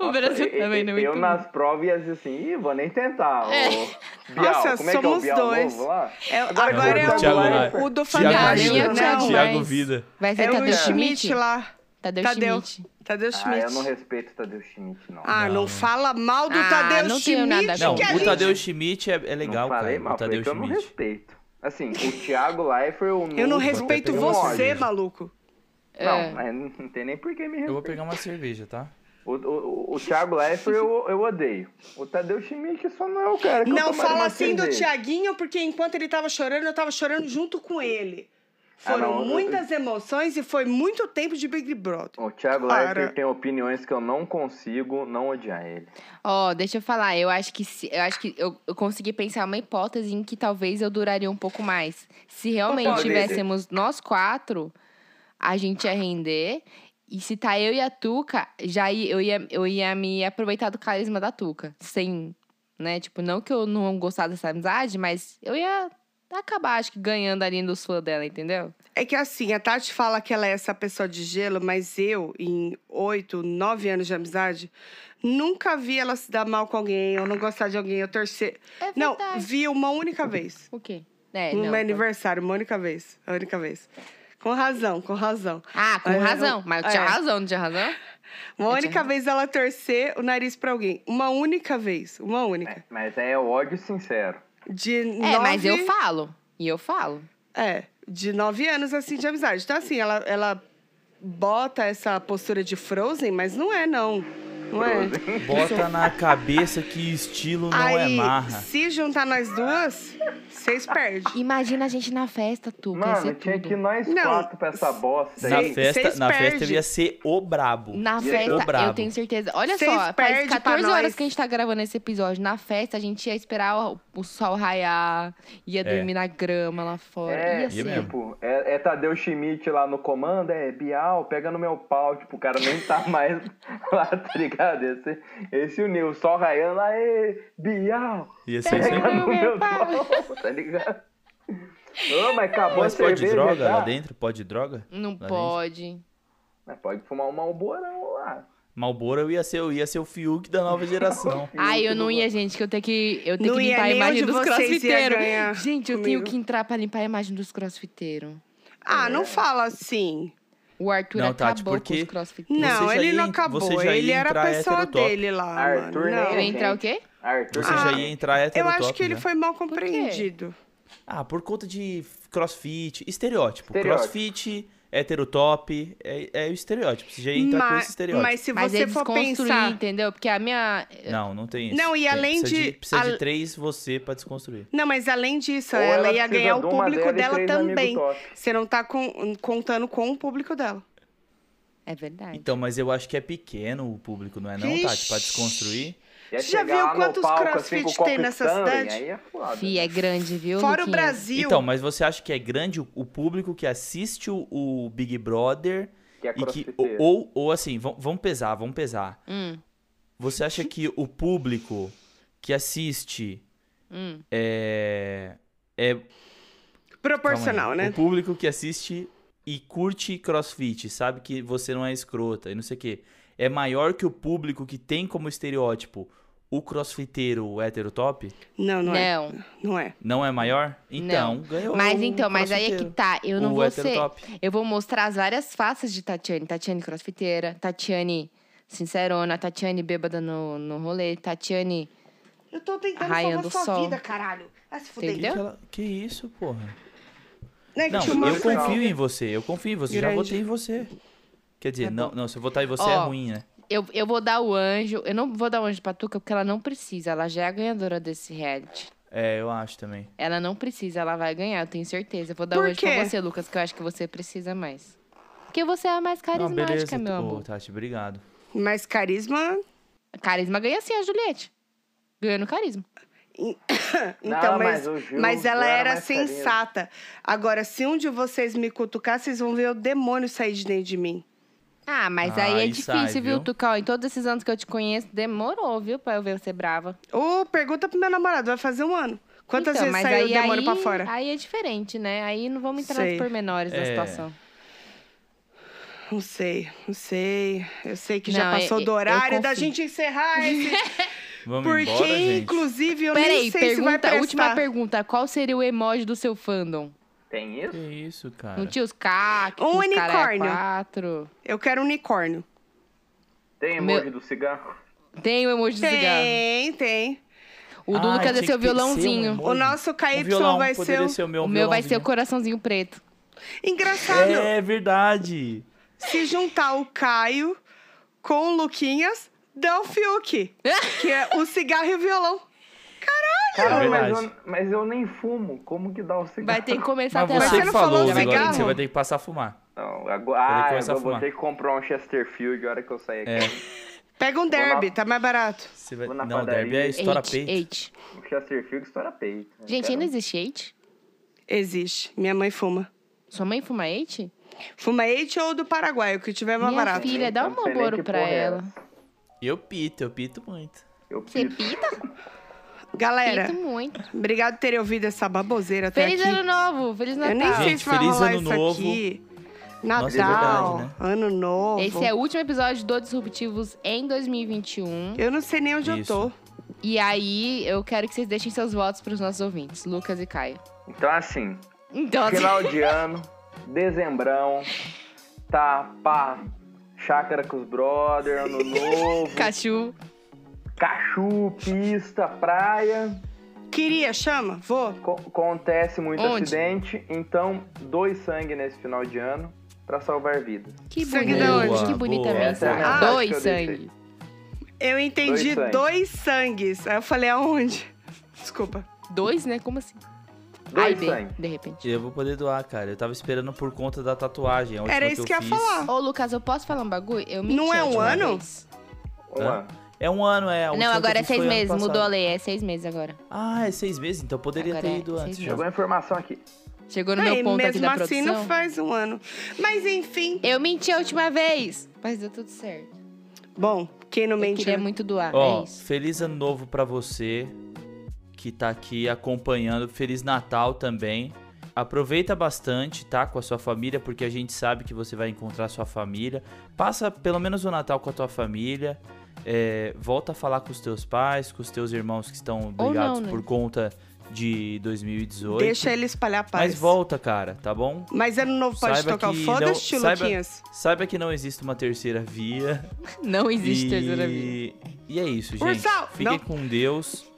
[SPEAKER 2] O Brasil
[SPEAKER 4] É
[SPEAKER 2] tá vendo
[SPEAKER 1] Eu,
[SPEAKER 2] muito. bom.
[SPEAKER 1] nas provas ia dizer assim, ih, vou nem tentar. ô, Bial,
[SPEAKER 3] Nossa,
[SPEAKER 1] como é
[SPEAKER 3] somos
[SPEAKER 1] que é o Bial
[SPEAKER 3] dois.
[SPEAKER 1] novo lá?
[SPEAKER 3] É, agora
[SPEAKER 1] Agora né?
[SPEAKER 4] é
[SPEAKER 3] é
[SPEAKER 4] o Thiago
[SPEAKER 3] o,
[SPEAKER 4] Leifert.
[SPEAKER 3] o do
[SPEAKER 4] Thiago
[SPEAKER 2] Fantástico,
[SPEAKER 3] Fantástico,
[SPEAKER 4] Vida,
[SPEAKER 2] né?
[SPEAKER 3] não.
[SPEAKER 2] Thiago
[SPEAKER 4] Thiago
[SPEAKER 2] mas-
[SPEAKER 4] Vida.
[SPEAKER 2] Vai ser
[SPEAKER 3] É o
[SPEAKER 2] Tadeu
[SPEAKER 3] Schmidt,
[SPEAKER 2] Schmidt?
[SPEAKER 3] lá.
[SPEAKER 2] Tadeu,
[SPEAKER 3] Tadeu.
[SPEAKER 2] Schmidt.
[SPEAKER 3] Tadeu
[SPEAKER 1] Ah,
[SPEAKER 3] Schmidt.
[SPEAKER 1] eu não respeito o Tadeu Schmidt, não.
[SPEAKER 3] Ah, não,
[SPEAKER 4] Não.
[SPEAKER 3] fala mal do
[SPEAKER 2] Ah,
[SPEAKER 3] Tadeu
[SPEAKER 2] não
[SPEAKER 3] Schmidt.
[SPEAKER 2] tenho nada
[SPEAKER 4] Não,
[SPEAKER 2] Que é a
[SPEAKER 4] o
[SPEAKER 2] gente-
[SPEAKER 4] Tadeu Schmidt é, é legal,
[SPEAKER 1] não falei
[SPEAKER 4] cara.
[SPEAKER 1] mal,
[SPEAKER 4] o
[SPEAKER 1] falei
[SPEAKER 4] Tadeu
[SPEAKER 1] que eu não
[SPEAKER 4] Schmidt.
[SPEAKER 1] respeito. Assim, o Thiago Leifert... O
[SPEAKER 3] Eu não
[SPEAKER 1] Nuno,
[SPEAKER 3] respeito
[SPEAKER 1] eu tenho
[SPEAKER 3] você,
[SPEAKER 1] ódio.
[SPEAKER 3] maluco.
[SPEAKER 2] É.
[SPEAKER 1] Não, mas não tem nem por que me
[SPEAKER 4] Eu vou
[SPEAKER 1] respeitar.
[SPEAKER 4] pegar uma cerveja, tá?
[SPEAKER 1] O, o, o- o Thiago Leifert eu, eu odeio. O Tadeu Schmidt só não é o cara que eu
[SPEAKER 3] Não
[SPEAKER 1] tomaria
[SPEAKER 3] fala
[SPEAKER 1] uma
[SPEAKER 3] assim do
[SPEAKER 1] cerveja.
[SPEAKER 3] Tiaguinho, porque enquanto ele tava chorando, eu tava chorando junto com ele.
[SPEAKER 1] Ah,
[SPEAKER 3] Foram
[SPEAKER 1] não, eu-
[SPEAKER 3] muitas emoções e foi muito tempo de Big Brother.
[SPEAKER 1] O Thiago
[SPEAKER 3] Cara.
[SPEAKER 1] Leifert tem opiniões que eu não consigo não odiar ele.
[SPEAKER 2] Ó, deixa eu falar, eu acho que se- eu acho que eu, eu consegui pensar uma hipótese em que talvez eu duraria um pouco mais. Se realmente
[SPEAKER 3] Concordo.
[SPEAKER 2] tivéssemos nós quatro, a gente ia render. E se tá eu e a Tuca, já ia- eu ia, eu ia me aproveitar do carisma da Tuca, sem né? Tipo, não que eu não gostasse dessa amizade, mas eu ia acabar, acho que, ganhando ali dos fãs dela, entendeu?
[SPEAKER 3] É que assim, a Tati fala que ela é essa pessoa de gelo, mas eu, em oito, nove anos de amizade, nunca vi ela se dar mal com alguém, ou não gostar de alguém, ou torcer.
[SPEAKER 2] É
[SPEAKER 3] Não, um
[SPEAKER 2] verdade.
[SPEAKER 3] vi uma única vez.
[SPEAKER 2] O quê? É,
[SPEAKER 3] no
[SPEAKER 2] não,
[SPEAKER 3] meu
[SPEAKER 2] tá.
[SPEAKER 3] aniversário, uma única vez. A única vez. Com razão, com razão.
[SPEAKER 2] Ah, com
[SPEAKER 3] É,
[SPEAKER 2] razão.
[SPEAKER 3] eu-
[SPEAKER 2] Mas eu tinha
[SPEAKER 3] é.
[SPEAKER 2] razão, não tinha razão?
[SPEAKER 3] Uma
[SPEAKER 2] Eu
[SPEAKER 3] única
[SPEAKER 2] tinha-
[SPEAKER 3] vez ela torcer o nariz pra alguém. Uma única vez. Uma única.
[SPEAKER 1] Mas é ódio sincero.
[SPEAKER 3] De
[SPEAKER 2] É,
[SPEAKER 3] nove...
[SPEAKER 2] mas eu falo. E eu falo.
[SPEAKER 3] É, de nove anos, assim, de amizade. Então, assim, ela, ela bota essa postura de Frozen, mas não é, não. Não é.
[SPEAKER 4] Bota na cabeça que estilo não é
[SPEAKER 3] Aí,
[SPEAKER 4] marra.
[SPEAKER 3] se juntar nós duas, vocês perdem.
[SPEAKER 2] Imagina a gente na festa, tu.
[SPEAKER 1] Mano,
[SPEAKER 2] Mano,
[SPEAKER 1] tinha
[SPEAKER 2] tudo.
[SPEAKER 1] que ir nós
[SPEAKER 3] Não,
[SPEAKER 1] quatro pra essa bosta
[SPEAKER 4] Na
[SPEAKER 1] aí.
[SPEAKER 3] Sim,
[SPEAKER 4] festa,
[SPEAKER 3] vocês
[SPEAKER 4] na festa
[SPEAKER 3] perdem.
[SPEAKER 4] eu ia ser o brabo.
[SPEAKER 2] Na
[SPEAKER 1] Ia ser
[SPEAKER 2] festa,
[SPEAKER 4] o é brabo.
[SPEAKER 2] eu tenho certeza. Olha
[SPEAKER 3] Vocês
[SPEAKER 2] só,
[SPEAKER 3] perdem
[SPEAKER 2] faz
[SPEAKER 3] pra
[SPEAKER 2] 14 horas
[SPEAKER 3] nós.
[SPEAKER 2] que a gente tá gravando esse episódio. Na festa, a gente ia esperar o, o sol raiar, ia
[SPEAKER 4] É.
[SPEAKER 2] dormir na grama lá fora.
[SPEAKER 1] É,
[SPEAKER 2] ia
[SPEAKER 4] ia
[SPEAKER 2] ser.
[SPEAKER 4] mesmo.
[SPEAKER 1] Tipo, é, é Tadeu Schmidt lá no comando, é Bial, pega no meu pau, tipo, o cara nem tá mais lá, tá ligado? Esse, esse uniu, só raiando, aê, Bial,
[SPEAKER 4] Ia ser isso aí.
[SPEAKER 1] pega
[SPEAKER 4] mesmo.
[SPEAKER 1] no meu pau, tá ligado? Ô, mas acabou
[SPEAKER 4] Mas
[SPEAKER 1] a
[SPEAKER 4] pode
[SPEAKER 1] cerveja, tá?
[SPEAKER 4] droga
[SPEAKER 1] já?
[SPEAKER 4] lá dentro? Pode droga?
[SPEAKER 2] Não
[SPEAKER 4] dentro.
[SPEAKER 2] pode.
[SPEAKER 1] Mas pode fumar um malborão lá.
[SPEAKER 4] Malboro eu ia ser, eu ia ser o Fiuk da nova geração.
[SPEAKER 2] Ai, eu não
[SPEAKER 1] tudo
[SPEAKER 2] ia, gente, que eu tenho que, eu tenho
[SPEAKER 3] Não
[SPEAKER 2] que
[SPEAKER 3] ia
[SPEAKER 2] limpar a
[SPEAKER 3] nem
[SPEAKER 2] imagem
[SPEAKER 3] onde
[SPEAKER 2] dos
[SPEAKER 3] vocês ia ganhar
[SPEAKER 2] crossfiteiros. Gente, eu tenho
[SPEAKER 3] comigo.
[SPEAKER 2] que entrar pra limpar a imagem dos crossfiteiros.
[SPEAKER 3] Ah, não fala assim.
[SPEAKER 2] O Arthur
[SPEAKER 4] Não, Tati,
[SPEAKER 2] acabou
[SPEAKER 4] porque-
[SPEAKER 2] com os crossfiteiros.
[SPEAKER 3] Não,
[SPEAKER 4] já
[SPEAKER 3] ele
[SPEAKER 4] ia
[SPEAKER 3] não
[SPEAKER 4] en-
[SPEAKER 3] acabou.
[SPEAKER 4] você já ia
[SPEAKER 3] Ele era a
[SPEAKER 4] entrar
[SPEAKER 3] pessoa
[SPEAKER 4] heterotop.
[SPEAKER 3] dele lá.
[SPEAKER 1] Arthur né?
[SPEAKER 3] mano.
[SPEAKER 1] nem
[SPEAKER 2] Eu ia
[SPEAKER 1] gente.
[SPEAKER 2] entrar o quê?
[SPEAKER 1] Arthur, ah,
[SPEAKER 4] Você já ia entrar
[SPEAKER 3] Ah, Eu
[SPEAKER 4] heterotop,
[SPEAKER 3] acho que ele
[SPEAKER 4] né?
[SPEAKER 3] foi mal
[SPEAKER 2] quê?
[SPEAKER 3] compreendido.
[SPEAKER 4] Ah, por conta de crossfit, estereótipo.
[SPEAKER 1] Estereótipo.
[SPEAKER 4] Crossfit, heterotop, é, é o estereótipo. Você já ia entrar com
[SPEAKER 3] Ma-
[SPEAKER 4] esse estereótipo.
[SPEAKER 3] mas se
[SPEAKER 2] Mas
[SPEAKER 3] você
[SPEAKER 2] é
[SPEAKER 3] for
[SPEAKER 2] desconstruir,
[SPEAKER 3] pensar
[SPEAKER 2] entendeu? Porque a minha.
[SPEAKER 4] Não, não tem isso.
[SPEAKER 3] Não, e
[SPEAKER 4] Tem-
[SPEAKER 3] além
[SPEAKER 4] precisa
[SPEAKER 3] de-
[SPEAKER 4] Precisa de
[SPEAKER 3] al-
[SPEAKER 4] três você pra desconstruir.
[SPEAKER 3] Não, mas além disso,
[SPEAKER 1] Ou
[SPEAKER 3] ela,
[SPEAKER 1] ela precisa
[SPEAKER 3] ia ganhar o
[SPEAKER 1] de uma
[SPEAKER 3] público
[SPEAKER 1] dela e
[SPEAKER 3] dela
[SPEAKER 1] três
[SPEAKER 3] também.
[SPEAKER 1] amigos top.
[SPEAKER 3] Você não tá com- contando com o público dela.
[SPEAKER 2] É verdade.
[SPEAKER 4] Então, mas eu acho que é pequeno o público, não é não, Tati? Pra
[SPEAKER 3] Ixi.
[SPEAKER 4] desconstruir.
[SPEAKER 1] Ia
[SPEAKER 3] Você já
[SPEAKER 1] chegar
[SPEAKER 3] viu
[SPEAKER 1] lá no
[SPEAKER 3] quantos
[SPEAKER 1] palco,
[SPEAKER 3] crossfit
[SPEAKER 1] assim, com o
[SPEAKER 3] tem
[SPEAKER 1] copo
[SPEAKER 3] nessa
[SPEAKER 1] Stanley,
[SPEAKER 3] cidade?
[SPEAKER 1] Aí é foda.
[SPEAKER 2] Fia, é grande, viu?
[SPEAKER 3] Fora o
[SPEAKER 2] Luquinha?
[SPEAKER 3] Brasil.
[SPEAKER 4] Então, mas você acha que é grande o, o público que assiste o, o Big Brother
[SPEAKER 1] Que é
[SPEAKER 4] e que
[SPEAKER 1] crossfiteiro.
[SPEAKER 4] ou ou assim, vam- vamos pesar, vamos pesar.
[SPEAKER 2] Hum,
[SPEAKER 4] Você acha que o público que assiste
[SPEAKER 2] hum.
[SPEAKER 4] é é calma aí.
[SPEAKER 3] Proporcional, né?
[SPEAKER 4] O público que assiste e curte CrossFit, sabe que você não é escrota e não sei o quê, é maior que o público que tem como estereótipo o crossfiteiro heterotop?
[SPEAKER 3] Não, não,
[SPEAKER 1] Né?
[SPEAKER 3] é.
[SPEAKER 2] Não.
[SPEAKER 3] Não é.
[SPEAKER 4] Não é maior? Então, ganhou.
[SPEAKER 2] Mas
[SPEAKER 4] o
[SPEAKER 2] então, mas aí é que
[SPEAKER 4] crossfiteiro.
[SPEAKER 2] tá. Eu não
[SPEAKER 4] o
[SPEAKER 2] vou ser.
[SPEAKER 4] heterotop.
[SPEAKER 2] Eu vou mostrar as várias faces de Tatiane. Tatiane crossfiteira, Tatiane sincerona, Tatiane bêbada no, no rolê, Tatiane.
[SPEAKER 3] Eu tô tentando
[SPEAKER 2] Rainha
[SPEAKER 3] salvar
[SPEAKER 2] do
[SPEAKER 3] sua
[SPEAKER 2] sol.
[SPEAKER 3] vida, caralho. Ah, se fuder.
[SPEAKER 4] Que,
[SPEAKER 2] Entendeu?
[SPEAKER 4] que ela- que isso, porra?
[SPEAKER 3] Né, que
[SPEAKER 4] Não,
[SPEAKER 3] tinha uma
[SPEAKER 4] eu
[SPEAKER 3] coisa-
[SPEAKER 4] confio em você, eu confio em você, já
[SPEAKER 3] Grande. Tá
[SPEAKER 4] votei em você. Quer dizer, não, não, se eu votar em você é
[SPEAKER 2] Ó,
[SPEAKER 4] ruim, né?
[SPEAKER 2] Eu, eu vou dar o anjo. Eu não vou dar o anjo pra Tuca porque ela não precisa. Ela já é a ganhadora desse reality.
[SPEAKER 4] É, eu acho também.
[SPEAKER 2] Ela não precisa, ela vai ganhar, eu tenho certeza. Eu vou dar o
[SPEAKER 3] Por
[SPEAKER 2] anjo
[SPEAKER 3] quê?
[SPEAKER 2] pra você, Lucas, que eu acho que você precisa mais. Porque você é a mais
[SPEAKER 4] não,
[SPEAKER 2] carismática,
[SPEAKER 4] beleza,
[SPEAKER 2] meu
[SPEAKER 4] ô,
[SPEAKER 2] amor.
[SPEAKER 4] Tati, obrigado.
[SPEAKER 3] Mas carisma.
[SPEAKER 2] Carisma ganha sim, a Juliette. Ganhando carisma.
[SPEAKER 3] Então,
[SPEAKER 1] Não,
[SPEAKER 3] mas,
[SPEAKER 1] mas o Gil-
[SPEAKER 3] mas
[SPEAKER 1] Gil
[SPEAKER 3] ela
[SPEAKER 1] era
[SPEAKER 3] era,
[SPEAKER 1] mais carisma.
[SPEAKER 3] sensata. Agora, se um de vocês me cutucar, vocês vão ver o demônio sair de dentro de mim.
[SPEAKER 2] Ah, mas
[SPEAKER 4] Ah,
[SPEAKER 2] aí é
[SPEAKER 4] aí
[SPEAKER 2] difícil,
[SPEAKER 4] sai,
[SPEAKER 2] viu,
[SPEAKER 4] viu?
[SPEAKER 2] Tucão? Em todos esses anos que eu te conheço, demorou, viu, pra eu ver você brava.
[SPEAKER 3] Ou pergunta pro meu namorado, vai fazer um ano. Quantas
[SPEAKER 2] Então,
[SPEAKER 3] vezes
[SPEAKER 2] mas
[SPEAKER 3] saiu
[SPEAKER 2] aí-
[SPEAKER 3] o demônio
[SPEAKER 2] aí-
[SPEAKER 3] pra fora?
[SPEAKER 2] Aí é diferente, né? Aí não vamos entrar
[SPEAKER 3] Sei.
[SPEAKER 2] nos pormenores da
[SPEAKER 4] É.
[SPEAKER 2] situação.
[SPEAKER 3] Não sei, não sei. Eu sei que já
[SPEAKER 2] Não, é-
[SPEAKER 3] passou do
[SPEAKER 2] eu
[SPEAKER 3] horário da
[SPEAKER 2] confio.
[SPEAKER 3] gente encerrar esse.
[SPEAKER 4] Vamos
[SPEAKER 3] porque,
[SPEAKER 4] embora, gente.
[SPEAKER 3] inclusive, eu
[SPEAKER 2] Peraí,
[SPEAKER 3] nem sei se
[SPEAKER 2] pergunta,
[SPEAKER 3] vai prestar.
[SPEAKER 2] última pergunta. Qual seria o emoji do seu fandom?
[SPEAKER 1] Tem isso?
[SPEAKER 4] Que isso, cara?
[SPEAKER 2] Não tinha os cactos,
[SPEAKER 3] Um
[SPEAKER 2] os caralho
[SPEAKER 3] unicórnio.
[SPEAKER 2] quatro.
[SPEAKER 3] Eu quero um unicórnio.
[SPEAKER 1] Tem
[SPEAKER 2] Meu-
[SPEAKER 1] emoji do cigarro?
[SPEAKER 2] Tem o emoji do cigarro.
[SPEAKER 3] Tem, tem.
[SPEAKER 2] O do
[SPEAKER 4] Ah,
[SPEAKER 2] Lucas é
[SPEAKER 4] tinha
[SPEAKER 2] seu
[SPEAKER 4] que ter- ser um
[SPEAKER 2] violãozinho.
[SPEAKER 4] emoji.
[SPEAKER 3] O nosso KY
[SPEAKER 4] Um violão
[SPEAKER 3] vai ser.
[SPEAKER 4] poderia
[SPEAKER 3] o-
[SPEAKER 4] ser o meu
[SPEAKER 2] O meu vai ser o
[SPEAKER 4] violãozinho.
[SPEAKER 2] coraçenzinho preto.
[SPEAKER 3] Engraçado.
[SPEAKER 4] É verdade.
[SPEAKER 3] Se juntar o Caio com o Luquinhas, dá o Fiuk. Que é o cigarro e o violão.
[SPEAKER 1] Cara,
[SPEAKER 4] É
[SPEAKER 1] mas,
[SPEAKER 4] verdade.
[SPEAKER 1] eu, mas eu nem fumo. Como que dá o cigarro?
[SPEAKER 2] Vai ter que começar
[SPEAKER 4] Mas
[SPEAKER 2] até
[SPEAKER 4] você
[SPEAKER 2] lá.
[SPEAKER 3] Mas você
[SPEAKER 4] que
[SPEAKER 3] não
[SPEAKER 4] falou
[SPEAKER 2] né,
[SPEAKER 3] falou
[SPEAKER 4] agora,
[SPEAKER 3] cigarro?
[SPEAKER 4] você vai ter que passar a fumar.
[SPEAKER 1] Não, agora,
[SPEAKER 4] Vou ter que
[SPEAKER 1] ah, eu
[SPEAKER 4] começar a
[SPEAKER 1] vou, vou
[SPEAKER 4] fumar.
[SPEAKER 1] ter que comprar um Chesterfield a hora que eu sair aqui.
[SPEAKER 3] Pega um derby, tá mais barato.
[SPEAKER 4] Você vai...
[SPEAKER 1] Vou na
[SPEAKER 4] Não,
[SPEAKER 1] padaria.
[SPEAKER 4] derby é estoura
[SPEAKER 2] Eight,
[SPEAKER 4] peito.
[SPEAKER 2] eight.
[SPEAKER 1] Um Chesterfield estoura peito. né? Eu
[SPEAKER 2] Gente,
[SPEAKER 1] quero-
[SPEAKER 2] ainda existe eight?
[SPEAKER 3] Existe. Minha mãe fuma.
[SPEAKER 2] Sua mãe fuma eight?
[SPEAKER 3] Fuma Eite ou do Paraguai, o que tiver mais
[SPEAKER 2] Minha
[SPEAKER 3] barato.
[SPEAKER 2] filha, dá
[SPEAKER 1] Eu
[SPEAKER 2] um
[SPEAKER 1] não sei nem
[SPEAKER 2] malboro
[SPEAKER 1] que
[SPEAKER 2] pra
[SPEAKER 1] porra é
[SPEAKER 2] ela.
[SPEAKER 1] essa.
[SPEAKER 4] Eu pito, eu pito muito.
[SPEAKER 1] Eu
[SPEAKER 2] Você
[SPEAKER 1] pito.
[SPEAKER 2] pita?
[SPEAKER 3] Galera,
[SPEAKER 2] Sinto muito.
[SPEAKER 3] obrigado por terem ouvido essa baboseira até
[SPEAKER 2] Feliz
[SPEAKER 3] aqui.
[SPEAKER 2] ano novo! Feliz Natal!
[SPEAKER 3] Eu nem sei
[SPEAKER 4] Gente,
[SPEAKER 3] se vai
[SPEAKER 4] feliz
[SPEAKER 3] rolar
[SPEAKER 4] ano
[SPEAKER 3] isso
[SPEAKER 4] novo.
[SPEAKER 3] aqui. Natal,
[SPEAKER 4] Nossa, é verdade, né?
[SPEAKER 3] ano novo.
[SPEAKER 2] Esse é o último episódio do Disruptivos em 2021.
[SPEAKER 3] Eu não sei nem onde
[SPEAKER 4] Isso.
[SPEAKER 3] eu tô.
[SPEAKER 2] E aí, eu quero que vocês deixem seus votos pros nossos ouvintes, Lucas e Caio.
[SPEAKER 1] Então, assim,
[SPEAKER 2] Então, assim,
[SPEAKER 1] final de ano, dezembrão, tá, pá, chácara com os brother, ano novo,
[SPEAKER 2] Cachu,
[SPEAKER 1] cachu, pista, praia.
[SPEAKER 3] Queria, chama, vou.
[SPEAKER 1] Co- acontece muito
[SPEAKER 2] Onde?
[SPEAKER 1] acidente, então doe sangue nesse final de ano pra salvar vidas.
[SPEAKER 2] que
[SPEAKER 3] Sangue
[SPEAKER 2] bonito,
[SPEAKER 3] da
[SPEAKER 4] onde?
[SPEAKER 2] que bonita
[SPEAKER 4] Boa,
[SPEAKER 2] mensagem.
[SPEAKER 1] boa.
[SPEAKER 2] Dois
[SPEAKER 1] Ah,
[SPEAKER 2] sangue.
[SPEAKER 3] Eu entendi
[SPEAKER 1] sangues.
[SPEAKER 3] dois sangues. Aí eu falei, aonde? Desculpa.
[SPEAKER 2] Dois, né? Como assim?
[SPEAKER 1] Doe
[SPEAKER 2] Ai, bem,
[SPEAKER 1] sangue.
[SPEAKER 2] de repente.
[SPEAKER 4] Eu vou poder doar, cara. Eu tava esperando por conta da tatuagem. a última
[SPEAKER 3] Era isso que eu ia
[SPEAKER 4] fiz.
[SPEAKER 3] falar.
[SPEAKER 2] Ô, Lucas, eu posso falar um bagulho? Eu menti
[SPEAKER 3] Não é
[SPEAKER 2] a
[SPEAKER 3] um
[SPEAKER 2] última
[SPEAKER 3] ano?
[SPEAKER 2] vez.
[SPEAKER 1] Uma.
[SPEAKER 4] É um ano, é. a última
[SPEAKER 2] Não,
[SPEAKER 4] que
[SPEAKER 2] agora
[SPEAKER 4] eu
[SPEAKER 2] é
[SPEAKER 4] fiz
[SPEAKER 2] seis
[SPEAKER 4] foi ano
[SPEAKER 2] meses.
[SPEAKER 4] passado.
[SPEAKER 2] Mudou a lei, é seis meses agora.
[SPEAKER 4] Ah, é seis meses? Então eu poderia
[SPEAKER 2] Agora
[SPEAKER 4] ter
[SPEAKER 2] é
[SPEAKER 4] ido
[SPEAKER 2] seis
[SPEAKER 4] antes. já.
[SPEAKER 1] Chegou a informação aqui.
[SPEAKER 2] Chegou no
[SPEAKER 3] Não,
[SPEAKER 2] meu ponto aqui
[SPEAKER 3] mesmo
[SPEAKER 2] da
[SPEAKER 3] assim
[SPEAKER 2] produção.
[SPEAKER 3] não faz um ano. Mas enfim.
[SPEAKER 2] Eu menti a última vez, mas deu tudo certo.
[SPEAKER 3] Bom, quem não
[SPEAKER 2] Eu
[SPEAKER 3] mente.
[SPEAKER 2] queria
[SPEAKER 3] né?
[SPEAKER 2] muito doar,
[SPEAKER 4] Ó,
[SPEAKER 2] é isso.
[SPEAKER 4] feliz ano novo pra você que tá aqui acompanhando. Feliz Natal também. Aproveita bastante, tá? Com a sua família, porque a gente sabe que você vai encontrar sua família. Passa pelo menos o Natal com a tua família. É, volta a falar com os teus pais, com os teus irmãos que estão
[SPEAKER 2] não,
[SPEAKER 4] brigados
[SPEAKER 2] né?
[SPEAKER 4] por conta de 2018.
[SPEAKER 3] Deixa ele espalhar a paz.
[SPEAKER 4] Mas volta, cara, tá bom?
[SPEAKER 3] Mas ano novo pode
[SPEAKER 4] Saiba
[SPEAKER 3] tocar o
[SPEAKER 4] que
[SPEAKER 3] foda-se,
[SPEAKER 4] não- saiba-
[SPEAKER 3] Luquinhas.
[SPEAKER 4] Saiba que não existe uma terceira via.
[SPEAKER 2] Não existe
[SPEAKER 4] e...
[SPEAKER 2] terceira via.
[SPEAKER 4] E é isso, gente.
[SPEAKER 3] Ursal!
[SPEAKER 4] Fiquem
[SPEAKER 3] Não.
[SPEAKER 4] com Deus,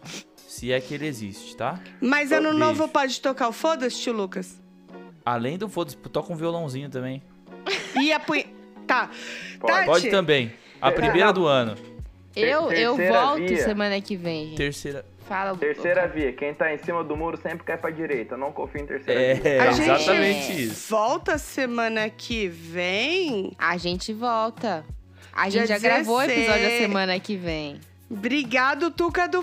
[SPEAKER 4] se é que ele existe, tá?
[SPEAKER 3] Mas ano
[SPEAKER 4] Beijo.
[SPEAKER 3] novo pode tocar o foda-se, tio Lucas.
[SPEAKER 4] Além do foda-se, toca um violãozinho também.
[SPEAKER 3] E a punha... Tá.
[SPEAKER 1] Pode.
[SPEAKER 3] Tati,
[SPEAKER 4] Pode também. A primeira do ano.
[SPEAKER 2] Eu, eu
[SPEAKER 1] Terceira
[SPEAKER 2] volto
[SPEAKER 1] via.
[SPEAKER 2] semana que vem, gente.
[SPEAKER 4] Terceira.
[SPEAKER 2] Fala,
[SPEAKER 1] Terceira via, quem tá em cima do muro sempre cai pra direita. Não confia em terceira via.
[SPEAKER 4] É,
[SPEAKER 3] A gente-
[SPEAKER 4] exatamente isso.
[SPEAKER 3] volta semana que vem.
[SPEAKER 2] A gente volta. A gente já
[SPEAKER 3] Dia
[SPEAKER 2] gravou o episódio da
[SPEAKER 3] 16.
[SPEAKER 2] semana que vem.
[SPEAKER 3] Obrigado, Tuca do